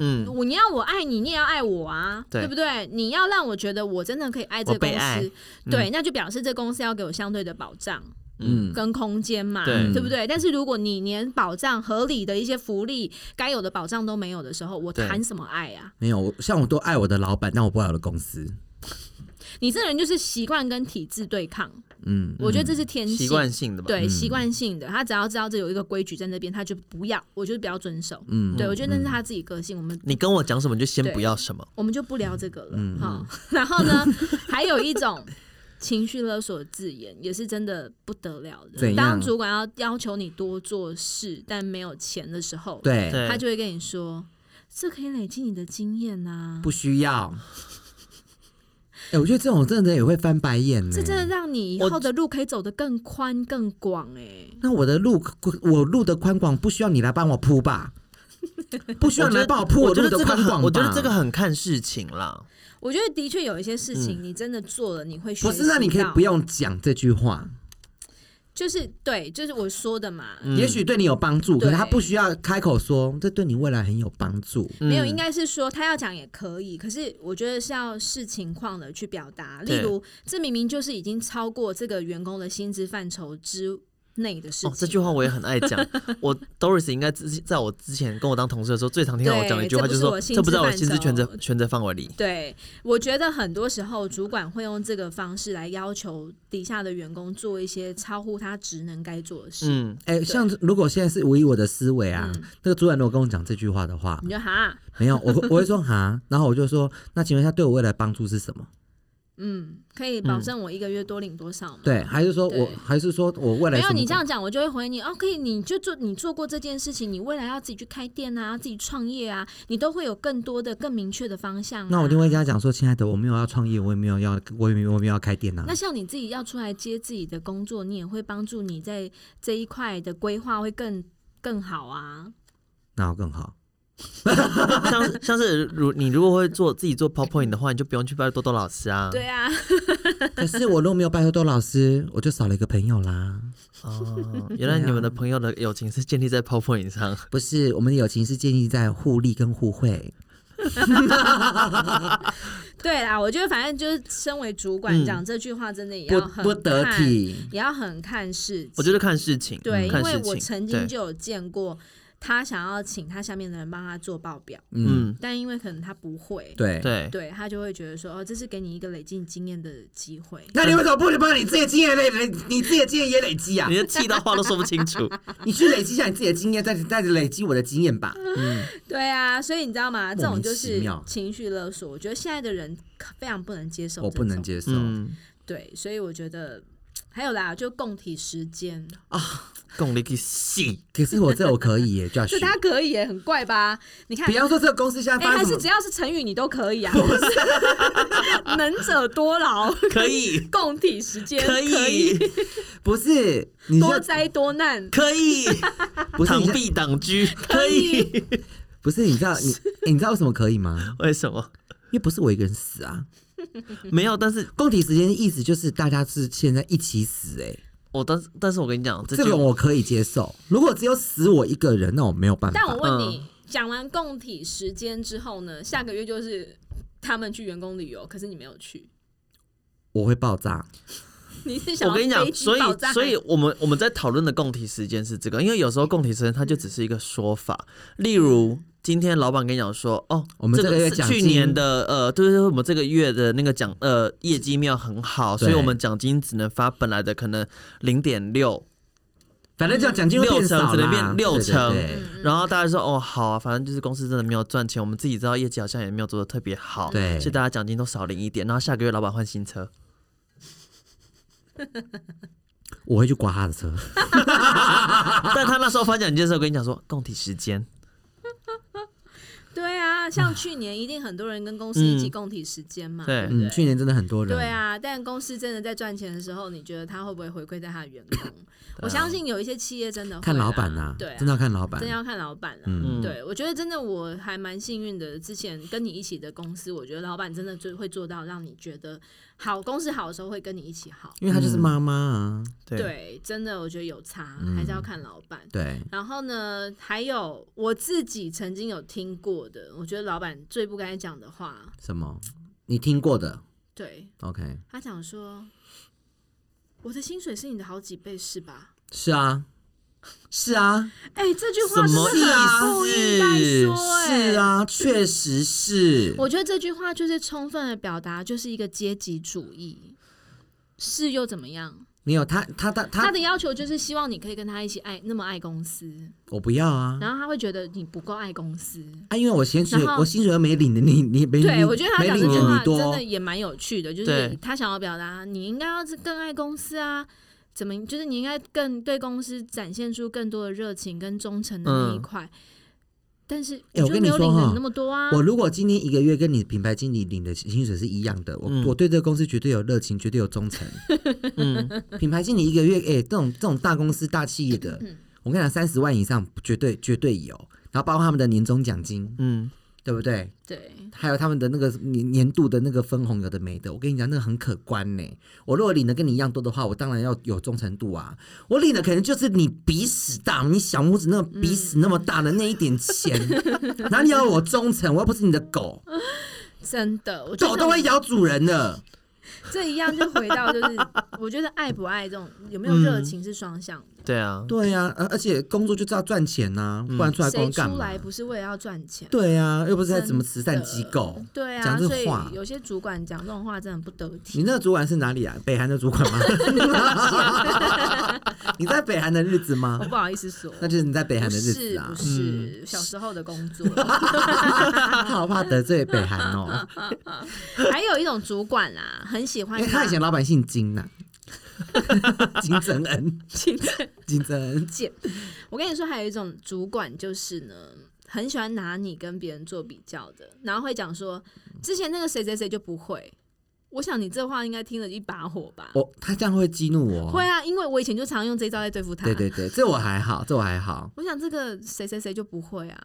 Speaker 2: 嗯，
Speaker 3: 我你要我爱你，你也要爱我啊，
Speaker 2: 对
Speaker 3: 不对？你要让我觉得我真的可以爱这个
Speaker 2: 我
Speaker 3: 公
Speaker 2: 被爱嗯
Speaker 3: 司，对，那就表示这公司要给我相对的保障
Speaker 4: 嗯，
Speaker 3: 跟空间嘛，
Speaker 2: 对
Speaker 3: 不对？但是如果你连保障合理的一些福利、该有的保障都没有的时候，我
Speaker 2: 对
Speaker 3: 谈什么爱啊？
Speaker 4: 没有。我像我都爱我的老板，但我不爱我的公司。
Speaker 3: 你这人就是习惯跟体制对抗，
Speaker 4: 嗯，
Speaker 3: 我觉得这是天性。
Speaker 2: 习惯嗯性的吧。
Speaker 3: 对，习惯性的，他只要知道这有一个规矩在那边，他就不要，我就不要遵守。
Speaker 4: 嗯
Speaker 3: 对，我觉得那是他自己个性，我们
Speaker 2: 你跟我讲什么你就先不要什么。
Speaker 3: 我们就不聊这个了。
Speaker 4: 嗯
Speaker 3: 好， 然后呢，还有一种情绪勒索的字眼，也是真的不得了
Speaker 4: 怎
Speaker 3: 的。
Speaker 4: 样
Speaker 3: 当主管要要求你多做事，但没有钱的时候，
Speaker 4: 对，
Speaker 2: 对，
Speaker 3: 他就会跟你说。这可以累积你的经验啊呐、
Speaker 4: 不需要。 哎、我觉得这种真的也会翻白眼呢、
Speaker 3: 这真的让你以
Speaker 2: 我
Speaker 3: 后的路可以走得更宽更广哎、
Speaker 4: 那我的路，我路的宽广不需要你来帮我 铺吧？不需要
Speaker 2: 我
Speaker 4: 你
Speaker 2: 觉
Speaker 4: 来
Speaker 2: 得
Speaker 4: 帮我铺
Speaker 2: 我觉
Speaker 4: 路
Speaker 2: 得
Speaker 4: 的
Speaker 2: 这个
Speaker 4: 宽
Speaker 2: 很，
Speaker 4: 广吧
Speaker 2: 我觉得这个很看事情啦。
Speaker 3: 我觉得的确有一些事情，你真的做了，你会学
Speaker 4: 嗯不是，那你可以
Speaker 3: 习到
Speaker 4: 不，用讲这句话，
Speaker 3: 就是对，就是我说的嘛，
Speaker 2: 嗯
Speaker 4: 也许对你有帮助，可是他
Speaker 3: 对
Speaker 4: 不需要开口说，这对你未来很有帮助。
Speaker 3: 没有，
Speaker 2: 嗯
Speaker 3: 应该是说他要讲也可以，可是我觉得是要视情况的去表达。例
Speaker 2: 对
Speaker 3: 如，这明明就是已经超过这个员工的薪资范畴之内的事情。
Speaker 2: 哦，这句话我也很爱 讲。我 Doris 应该之在我之前跟我当同事的时候，最常听到我
Speaker 3: 对
Speaker 2: 讲的一句话，
Speaker 3: 这不
Speaker 2: 就是说
Speaker 3: 我薪
Speaker 2: 这不
Speaker 3: 资
Speaker 2: 在我
Speaker 3: 范
Speaker 2: 薪资权责
Speaker 3: 畴
Speaker 2: 权责范围里。
Speaker 3: 对，我觉得很多时候主管会用这个方式来要求底下的员工做一些超乎他职能该做的事。
Speaker 2: 嗯，
Speaker 4: 哎、像如果现在是我以我的思维啊，
Speaker 3: 嗯
Speaker 4: 那个主管如果跟我讲这句话的话
Speaker 3: 你，就哈，
Speaker 4: 没有，我我会说哈，然后我就说，那请问一下，对我未来帮助是什么？
Speaker 3: 嗯，可以保证我一个月多领多少吗？
Speaker 4: 对，还是说我
Speaker 3: 对
Speaker 4: 还是说我未
Speaker 3: 没
Speaker 4: 来
Speaker 3: 有
Speaker 4: 什么
Speaker 3: 你这样讲，我就会回你。哦，可以，你就做你做过这件事情，你未来要自己去开店啊，自己创业啊，你都会有更多的、更明确的方向、啊
Speaker 4: 那我就会跟他讲说，亲爱的，我没有要创业，我也没有要，我也没有我也没有要开店啊
Speaker 3: 那。像你自己要出来接自己的工作，你也会帮助你在这一块的规划会更更好啊。
Speaker 4: 那我更好。
Speaker 2: 像像是如你如果会做自己做 PowerPoint 的话，你就不用去拜多多老师啊。
Speaker 3: 对啊，
Speaker 4: 可是我如果没有拜托多老师，我就少了一个朋友啦。
Speaker 2: 哦，原来你们的
Speaker 4: 啊
Speaker 2: 朋友的友情是建立在 PowerPoint 上，
Speaker 4: 不是，我们的友情是建立在互利跟互惠。
Speaker 3: 对啦，我觉得反正就是身为主管讲、这句话，真的也
Speaker 4: 嗯不
Speaker 3: 要很
Speaker 4: 不得
Speaker 3: 看，
Speaker 4: 体。嗯
Speaker 3: 也要很看事情。
Speaker 2: 我觉得看事情，
Speaker 3: 对，因
Speaker 2: 看
Speaker 3: 为
Speaker 2: 事
Speaker 3: 我
Speaker 2: 情，
Speaker 3: 曾经
Speaker 2: 对
Speaker 3: 就有见过他想要请他下面的人帮他做报表，
Speaker 4: 嗯，
Speaker 2: 嗯，
Speaker 3: 但因为可能他不会，
Speaker 4: 对。
Speaker 2: 对，
Speaker 3: 对他就会觉得说，哦，这是给你一个累积经验的机会。
Speaker 4: 那你为什么不把你自己的经验累累，你自己的经验也累积啊
Speaker 2: 你？的气到话都说不清楚。
Speaker 4: 你去累积一下你自己的经验，再再累积我的经验吧。
Speaker 3: 对啊，所以你知道吗？这
Speaker 4: 莫
Speaker 3: 种
Speaker 4: 名
Speaker 3: 就
Speaker 4: 其
Speaker 3: 是
Speaker 4: 妙
Speaker 3: 情绪勒索，我觉得现在的人非常不能接受，
Speaker 4: 我不能。接受。
Speaker 2: 嗯，
Speaker 3: 对，所以我觉得还有啦，就共体时间，
Speaker 2: 共力去戏，
Speaker 4: 可是我这我可以耶 ，Josh
Speaker 3: 这。他可以耶，很怪吧？你看
Speaker 4: 比，方说这个公司现在
Speaker 3: 哎，
Speaker 4: 发
Speaker 3: 还
Speaker 4: 生什
Speaker 3: 是
Speaker 4: 么
Speaker 3: 只？要是成语你都可以啊， 能者多劳，
Speaker 2: 可 以，
Speaker 3: 共体时间
Speaker 2: 可
Speaker 3: 以，
Speaker 2: 以，
Speaker 4: 不是你
Speaker 3: 多
Speaker 4: 现在
Speaker 3: 灾多难。
Speaker 2: 可 以，
Speaker 4: 不是
Speaker 2: 螳
Speaker 4: 你现在
Speaker 2: 臂挡车，可以。
Speaker 4: 不是你知道你、 哎你知道为什么可以吗？
Speaker 2: 为什么
Speaker 4: 因为不是我一个人死啊。
Speaker 3: 嗯
Speaker 2: 没有？但是
Speaker 4: 共体时间的意思就是大家是现在一起死、哎，
Speaker 2: 我但是但是我跟你讲，这
Speaker 4: 这
Speaker 2: 句
Speaker 4: 种我可以接受。如果只有死我一个人，那我没有办法。
Speaker 3: 但我问
Speaker 2: 嗯
Speaker 3: 你，讲完供体时间之后呢？下个月就是他们去员工旅游，可是你没有去，
Speaker 4: 我会爆炸。
Speaker 3: 你是想
Speaker 2: 我跟你
Speaker 3: 要
Speaker 2: 讲
Speaker 3: 飞，机
Speaker 2: 所以
Speaker 3: 爆炸
Speaker 2: 所以我们我们在讨论的共体时间是这个，因为有时候共体时间它就只是一个说法，
Speaker 3: 嗯
Speaker 2: 例如。今天老板跟你讲说，哦，
Speaker 4: 我们
Speaker 2: 这
Speaker 4: 这个
Speaker 2: 个
Speaker 4: 月
Speaker 2: 是
Speaker 4: 奖金
Speaker 2: 去年的呃，就是我们这个月的那个奖呃业绩没有很好，所以
Speaker 4: 对
Speaker 2: 我们奖金只能发本来的可能零点六，
Speaker 4: 反正就奖金会
Speaker 2: 六
Speaker 4: 变
Speaker 2: 成
Speaker 4: 少
Speaker 2: 只能
Speaker 4: 啦，
Speaker 2: 变六
Speaker 3: 嗯
Speaker 4: 对对
Speaker 2: 成
Speaker 4: 对
Speaker 2: 然后大家说哦好啊，反正就是公司真的没有赚钱，我们自己知道业绩好像也没有做的特别好，
Speaker 4: 对
Speaker 2: 所以大家奖金都少领一点，然后下个月老板换新 车，
Speaker 4: 我会去刮他的车。
Speaker 2: 但他那时候发奖金的时候跟你讲说共体时间，
Speaker 3: 对啊，像去年一定很多人跟公司一起
Speaker 2: 嗯
Speaker 3: 共体时间嘛，
Speaker 2: 对
Speaker 3: 对
Speaker 4: 嗯，
Speaker 3: 不
Speaker 4: 去
Speaker 3: 对？
Speaker 4: 年真的很多人。
Speaker 3: 对，啊，但公司真的在赚钱的时候，你觉得他会不会回馈在他的员 工？我相信有一些企业真的会
Speaker 4: 看老板
Speaker 3: 啦
Speaker 4: 呐、，
Speaker 3: 对啊，
Speaker 4: 真的要看老板
Speaker 3: 真。要看老板啦。啊
Speaker 4: 嗯，
Speaker 2: 嗯，
Speaker 3: 对，我觉得真的我还蛮幸运的。之前跟你一起的公司，我觉得老板真的就会做到让你觉得好，公司好的时候会跟你一起好。
Speaker 4: 因为他就是妈妈啊。
Speaker 3: 嗯
Speaker 2: 对，
Speaker 3: 对，真的我觉得有差，
Speaker 4: 嗯
Speaker 3: 还是要看老板。
Speaker 4: 对，
Speaker 3: 然后呢，还有我自己曾经有听过的，我觉得老板最不该讲的话，
Speaker 4: 什么？你听过的
Speaker 3: 对
Speaker 4: ？OK，
Speaker 3: 他讲说：“我的薪水是你的好几倍，是吧
Speaker 4: 是啊，是啊，？”
Speaker 3: 哎、这句
Speaker 2: 什
Speaker 3: 话
Speaker 2: 么
Speaker 3: 真的很啊不应该
Speaker 2: 意思
Speaker 3: 说、哎
Speaker 4: 是，啊，确实是。
Speaker 3: 我觉得这句话就是充分的表达，就是一个阶级主义。是又怎么样？
Speaker 4: 没有他，他他
Speaker 3: 他
Speaker 4: 他
Speaker 3: 的，要求就是希望你可以跟他一起爱，那么爱公司，
Speaker 4: 我不要啊。
Speaker 3: 然后他会觉得你不够爱公司。
Speaker 4: 啊，因为我薪水
Speaker 3: 然后
Speaker 4: 我薪水又没领的你，你没
Speaker 3: 对，
Speaker 4: 你
Speaker 3: 我觉得他
Speaker 4: 没
Speaker 3: 讲
Speaker 4: 领
Speaker 3: 这
Speaker 4: 的
Speaker 3: 句
Speaker 4: 你
Speaker 3: 话真
Speaker 4: 多
Speaker 3: 的，也蛮有趣的，就
Speaker 2: 对
Speaker 3: 是他想要表达，你应该要是更爱公司啊，怎么就是你应该更对公司展现出更多的热情跟忠诚的那一
Speaker 2: 嗯
Speaker 3: 块。但是
Speaker 4: 哎我
Speaker 3: 就
Speaker 4: 跟
Speaker 3: 没
Speaker 4: 你
Speaker 3: 有
Speaker 4: 说
Speaker 3: 领了
Speaker 4: 哈
Speaker 3: 你那么多啊，
Speaker 4: 我如果今天一个月跟你品牌经理领的薪水是一样的，我、
Speaker 2: 嗯
Speaker 4: 我对这个公司绝对有热情，绝对有 忠诚。
Speaker 2: 嗯，
Speaker 4: 品牌经理一个月，哎、这种这种大公司大企业的，
Speaker 3: 嗯
Speaker 4: 我跟你讲，三十万以上绝对绝对有，然后包括他们的年终奖金，
Speaker 2: 嗯，
Speaker 4: 对不对？
Speaker 3: 对，
Speaker 4: 还有他们的那个年年度的那个分红，有的没的，我跟你讲，那个很可观呢。我如果领的跟你一样多的话，我当然要有忠诚度啊。我领的可能就是你鼻屎大，你小拇指那个鼻屎那么大的那一点钱， 哪里要我忠诚？我又不是你的狗，
Speaker 3: 真的，我觉得
Speaker 4: 狗都会咬主人的。
Speaker 3: 这一样就回到就是，我觉得爱不爱这种有没有
Speaker 4: 嗯
Speaker 3: 热情是双向的，
Speaker 2: 对啊，
Speaker 4: 对呀、啊，嗯而而且工作就是要赚钱呐、不然出来
Speaker 3: 谁
Speaker 4: 光干
Speaker 3: 出
Speaker 4: 嘛
Speaker 3: 来？不是为了要赚钱？
Speaker 4: 对呀、啊，又不是在什么慈
Speaker 3: 真
Speaker 4: 善
Speaker 3: 的
Speaker 4: 机构。
Speaker 3: 对啊，
Speaker 4: 讲这
Speaker 3: 所以
Speaker 4: 话
Speaker 3: 有些主管讲这种话真的不得体。
Speaker 4: 你那个主管是哪里啊？北韩的主管吗？ 你在北韩的日子吗
Speaker 3: 我？不好意思 说，
Speaker 4: 那就是你在北韩
Speaker 3: 不
Speaker 4: 的日子
Speaker 3: 是
Speaker 4: 啊
Speaker 3: 不。是小时候的工作，
Speaker 4: 啊好怕得罪北韩哦，
Speaker 3: 还有一种主管啦，很喜
Speaker 4: 因
Speaker 3: 欢
Speaker 4: 为哎他以前老板姓金呐、 金正恩，
Speaker 3: 请
Speaker 4: 金正恩，
Speaker 3: 见。我跟你说，还有一种主管就是呢，很喜欢拿你跟别人做比较的，然后会讲说之前那个谁谁谁就不会。我想你这话应该听了一把火吧？
Speaker 4: 我哦他这样会激怒我。
Speaker 3: 会啊，因为我以前就常用这一招在对付他。
Speaker 4: 对对对，这我还好，这我还好，
Speaker 3: 我想这个谁谁谁就不会啊，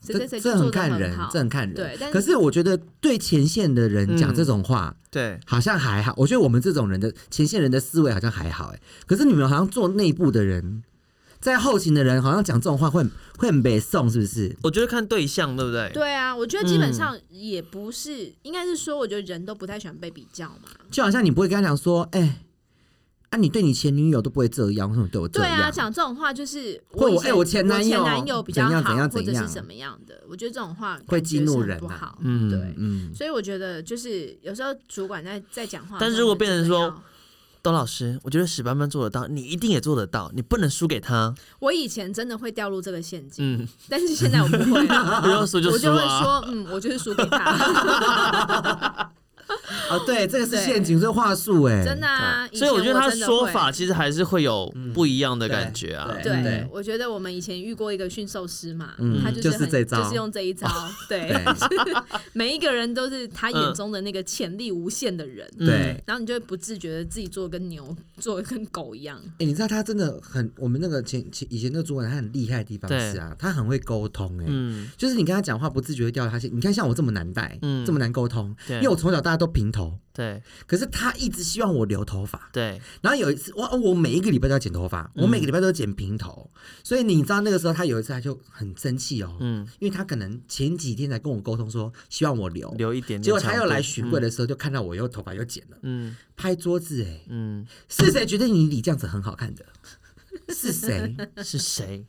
Speaker 3: 谁
Speaker 4: 这
Speaker 3: 谁谁就
Speaker 4: 这
Speaker 3: 做的
Speaker 4: 很看人
Speaker 3: 好，
Speaker 4: 这。很看人。
Speaker 3: 对但是
Speaker 4: 可是我觉得对前线的人讲
Speaker 2: 嗯
Speaker 4: 这种话。
Speaker 2: 对，
Speaker 4: 好像还好，我觉得我们这种人的前线人的思维好像还好哎、可是你们好像做内部的人，在后勤的人好像讲这种话会很会很被送，是不是？
Speaker 2: 我觉得看对象，对不对？
Speaker 3: 对啊，我觉得基本上也不是，应该是说，我觉得人都不太喜欢被比较嘛。
Speaker 4: 就好像你不会跟他讲说，哎、啊，你对你前女友都不会这样，为什么对我这
Speaker 3: 对
Speaker 4: 样？
Speaker 3: 啊，讲这种话就是
Speaker 4: 或
Speaker 3: 以
Speaker 4: 我
Speaker 3: 前
Speaker 4: 哎我
Speaker 3: 我
Speaker 4: 前男
Speaker 3: 友
Speaker 4: 友
Speaker 3: 比较好，
Speaker 4: 怎样怎样
Speaker 3: 或者
Speaker 4: 怎
Speaker 3: 是
Speaker 4: 样
Speaker 3: 怎么样的，我觉得这种话
Speaker 4: 会
Speaker 3: 感觉
Speaker 4: 激
Speaker 3: 是
Speaker 4: 怒
Speaker 3: 很
Speaker 4: 人
Speaker 3: 不
Speaker 4: 啊
Speaker 3: 好，
Speaker 4: 嗯
Speaker 3: 对。
Speaker 4: 嗯，
Speaker 3: 所以我觉得就是有时候主管在在讲话的时候，
Speaker 2: 但是如果变成
Speaker 3: 真的
Speaker 2: 说
Speaker 3: 要
Speaker 2: 董老师，我觉得史班班做得到，你一定也做得到，你不能输给他。
Speaker 3: 我以前真的会掉入这个陷阱，
Speaker 2: 嗯，
Speaker 3: 但是现在我不会了，
Speaker 2: 不要输
Speaker 3: 我
Speaker 2: 输
Speaker 3: 就会
Speaker 2: 啊。
Speaker 3: 说，嗯，我就是输给 他，
Speaker 2: 哦
Speaker 4: 啊，对，这个是
Speaker 3: 对
Speaker 4: 陷阱，这个话术哎，
Speaker 3: 真的啊。以
Speaker 2: 所以我
Speaker 3: 前
Speaker 2: 觉得他
Speaker 3: 真的
Speaker 2: 说
Speaker 3: 会
Speaker 2: 法其实还是会有不一样的感觉啊。
Speaker 4: 嗯对
Speaker 3: 对，
Speaker 4: 对
Speaker 3: 我觉得我们以前遇过一个驯兽师嘛，
Speaker 4: 嗯
Speaker 3: 他
Speaker 4: 就是
Speaker 3: 很
Speaker 4: 这一招
Speaker 3: 就是用这一 招，对，
Speaker 2: 哎
Speaker 3: 每一个人都是他
Speaker 2: 嗯
Speaker 3: 眼中的那个潜力无限的人，
Speaker 4: 对对。
Speaker 3: 然后你就会不自觉的自己做得跟牛，做得跟狗一样，
Speaker 4: 哎、你知道他真的很，我们那个前前以前那个主管，他很厉害的地方是啊，他很会沟通哎、
Speaker 2: 嗯，
Speaker 4: 就是你跟他讲话不自觉会掉他线。你看像我这么难带，
Speaker 2: 嗯
Speaker 4: 这么难沟通，
Speaker 2: 对
Speaker 4: 因为我从小大家都平头，
Speaker 2: 对
Speaker 4: 可是他一直希望我留头发。
Speaker 2: 对，
Speaker 4: 然后有一次，我我每一个礼拜都要剪头发，我每个礼拜都要剪平头，所以你知道那个时候他有一次他就很生气哦，
Speaker 2: 嗯，
Speaker 4: 因为他可能前几天才跟我沟通说希望我留，
Speaker 2: 留一点点。
Speaker 4: 结果他又来巡柜，的时候就看到我又头发又剪了，
Speaker 2: 嗯
Speaker 4: 拍桌子哎、
Speaker 2: 嗯，
Speaker 4: 是谁觉得你理这样子很好 看的？是谁？
Speaker 2: 是谁？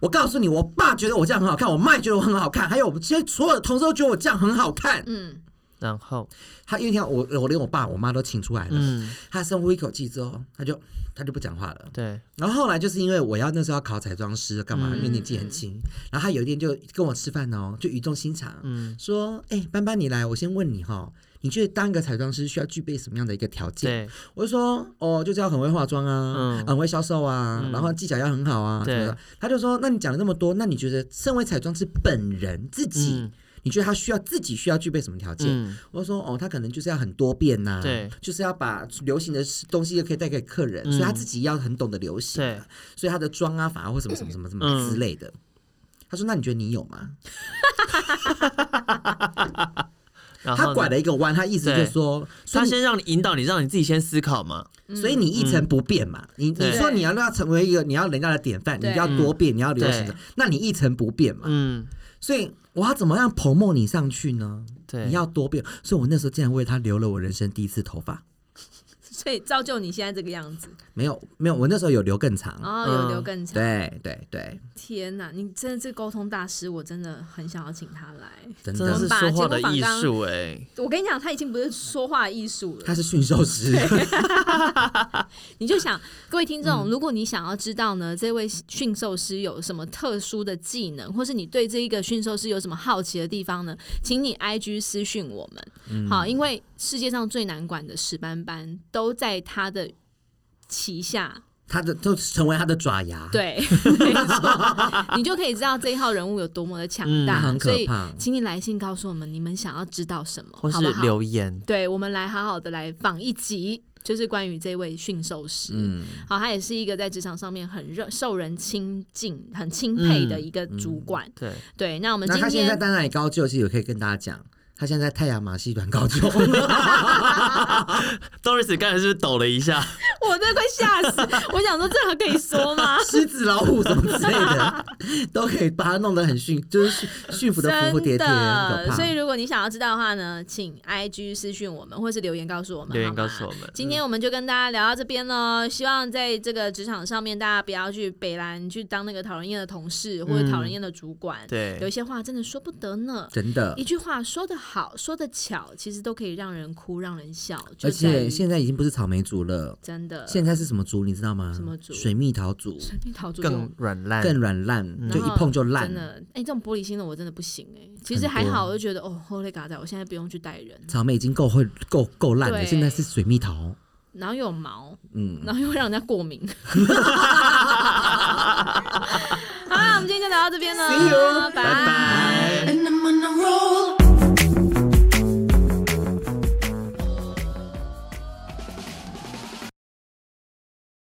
Speaker 4: 我告诉你，我爸觉得我这样很好看，我妈也觉得我很好看，还有我们现在所有的同事都觉得我这样很好看。
Speaker 3: 嗯，
Speaker 2: 然后，
Speaker 4: 他因为你看我，我连我爸我妈都请出来了，
Speaker 2: 嗯，
Speaker 4: 他深呼一口气之后，他就他就不讲话了。
Speaker 2: 对，
Speaker 4: 然后后来就是因为我要那时候要考彩妆师干嘛，
Speaker 2: 嗯
Speaker 4: 因为年纪很轻。然后他有一天就跟我吃饭哦，就语重心长、
Speaker 2: 嗯，
Speaker 4: 说：“哎、班班你来，我先问你哈、你觉得当一个彩妆师需要具备什么样的一个条件？”
Speaker 2: 对，
Speaker 4: 我就说哦，就是要很会化妆啊，
Speaker 2: 嗯
Speaker 4: 很会销售啊，
Speaker 2: 嗯
Speaker 4: 然后技巧要很好啊，
Speaker 2: 对
Speaker 4: 什么的。他就说，那你讲了那么多，那你觉得身为彩妆师本人自己，
Speaker 2: 嗯
Speaker 4: 你觉得他需要自己需要具备什么条件？
Speaker 2: 嗯，
Speaker 4: 我就说哦，他可能就是要很多变呐、
Speaker 2: 对，
Speaker 4: 就是要把流行的东西也可以带给客人，
Speaker 2: 嗯
Speaker 4: 所以他自己要很懂得流行啊、
Speaker 2: 对
Speaker 4: 所以他的妆啊、法啊或什么什么什么什么
Speaker 2: 嗯
Speaker 4: 之类的。他说：“那你觉得你有吗？”
Speaker 2: 然后
Speaker 4: 他
Speaker 2: 呢
Speaker 4: 拐了一个弯，他意思就
Speaker 2: 对
Speaker 4: 是说，所
Speaker 2: 他
Speaker 4: 以你
Speaker 2: 先让你引导你，让你自己先思考嘛。
Speaker 3: 嗯
Speaker 4: 所以你一成不变嘛，你你
Speaker 2: 对嗯
Speaker 4: 说你要让他成为一个你要人家的典范，你
Speaker 3: 对
Speaker 4: 要多变，你要流行
Speaker 2: 对，
Speaker 4: 那你一成不变嘛，
Speaker 2: 嗯，
Speaker 4: 所以我要怎么样捧梦你上去呢？
Speaker 2: 对，
Speaker 4: 你要多变，所以我那时候竟然为他留了我人生第一次头发，
Speaker 3: 所以造就你现在这个样子，
Speaker 4: 没有没有，我那时候有留更长，
Speaker 3: 然后有留更长。
Speaker 4: 对对对，
Speaker 3: 天哪，你真的是沟通大师，我真的很想要请他来。
Speaker 4: 真
Speaker 2: 真的是
Speaker 4: 的，
Speaker 2: 说话的艺术哎。
Speaker 3: 我跟你讲，他已经不是说话艺术了，
Speaker 4: 他是驯兽师，
Speaker 3: 你就想，各位听众，如果你想要知道呢，这位驯兽师有什么特殊的技能，或是你对这一个驯兽师有什么好奇的地方呢，请你 IG 私讯我们。好，因为世界上最难管的史斑斑都在他的旗下，
Speaker 4: 他的都成为他的爪牙，，
Speaker 3: 对，没错你就可以知道这一号人物有多么的强大，
Speaker 4: 嗯很可
Speaker 3: 所以
Speaker 4: 怕
Speaker 3: 请你来信告诉我们，你们想要知道什么，
Speaker 2: 或是
Speaker 3: 好不好？
Speaker 2: 留言，
Speaker 3: 对，我们来好好的来访一集，就是关于这位驯兽师。
Speaker 4: 嗯，
Speaker 3: 好，他也是一个在职场上面很热受人亲近、很钦佩的一个主管。
Speaker 2: 对，
Speaker 3: 对，那我们今
Speaker 4: 嗯那他现在
Speaker 3: 天。
Speaker 4: 在哪里高就，其实也可以跟大家讲，他现在在太阳马戏团 高就。
Speaker 2: Doris 刚才是不是抖了一下？
Speaker 3: 我真的快吓死！我想说，这还可以说吗？
Speaker 4: 狮子、老虎什么之类的，都可以把它弄得很驯，就是驯驯服的服服帖
Speaker 3: 真
Speaker 4: 帖，很可
Speaker 3: 的，
Speaker 4: 怕。
Speaker 3: 所以如果你想要知道的话呢，请 I G 私讯我们，或是留言告诉我们，
Speaker 2: 留言
Speaker 3: 好吗
Speaker 2: 告诉我们
Speaker 3: 今
Speaker 4: 嗯
Speaker 3: 天我们就跟大家聊到这边喽，希望在这个职场上面，大家不要去北兰去当那个讨人厌的同事或者讨人厌的主管。
Speaker 2: 对
Speaker 3: 有一些话真的说不得呢。
Speaker 4: 真的
Speaker 3: 一，句话说得好，说得巧，其实都可以让人哭，让人笑。就在
Speaker 4: 而且
Speaker 3: 于
Speaker 4: 现在已经不是草莓族了，
Speaker 3: 真的
Speaker 4: 现在是什么族你知道吗？
Speaker 3: 什么族
Speaker 4: 水蜜桃族，
Speaker 3: 生命逃出这
Speaker 2: 更
Speaker 3: 种
Speaker 2: 软烂，
Speaker 4: 更软烂，
Speaker 2: 嗯
Speaker 4: 就一碰就烂
Speaker 3: 真。的，哎、这种玻璃心的我真的不行哎、其实
Speaker 4: 很
Speaker 3: 还
Speaker 4: 多
Speaker 3: 好，我就觉得哦，Holy g a 我现在不用去带人，
Speaker 4: 草莓已经够会够够烂了，
Speaker 3: 对
Speaker 4: 现在是水蜜桃，
Speaker 3: 然后又有毛，
Speaker 4: 嗯，
Speaker 3: 然后又会让人家过敏。好啦，我们今天就聊到这边了，拜
Speaker 2: 拜拜。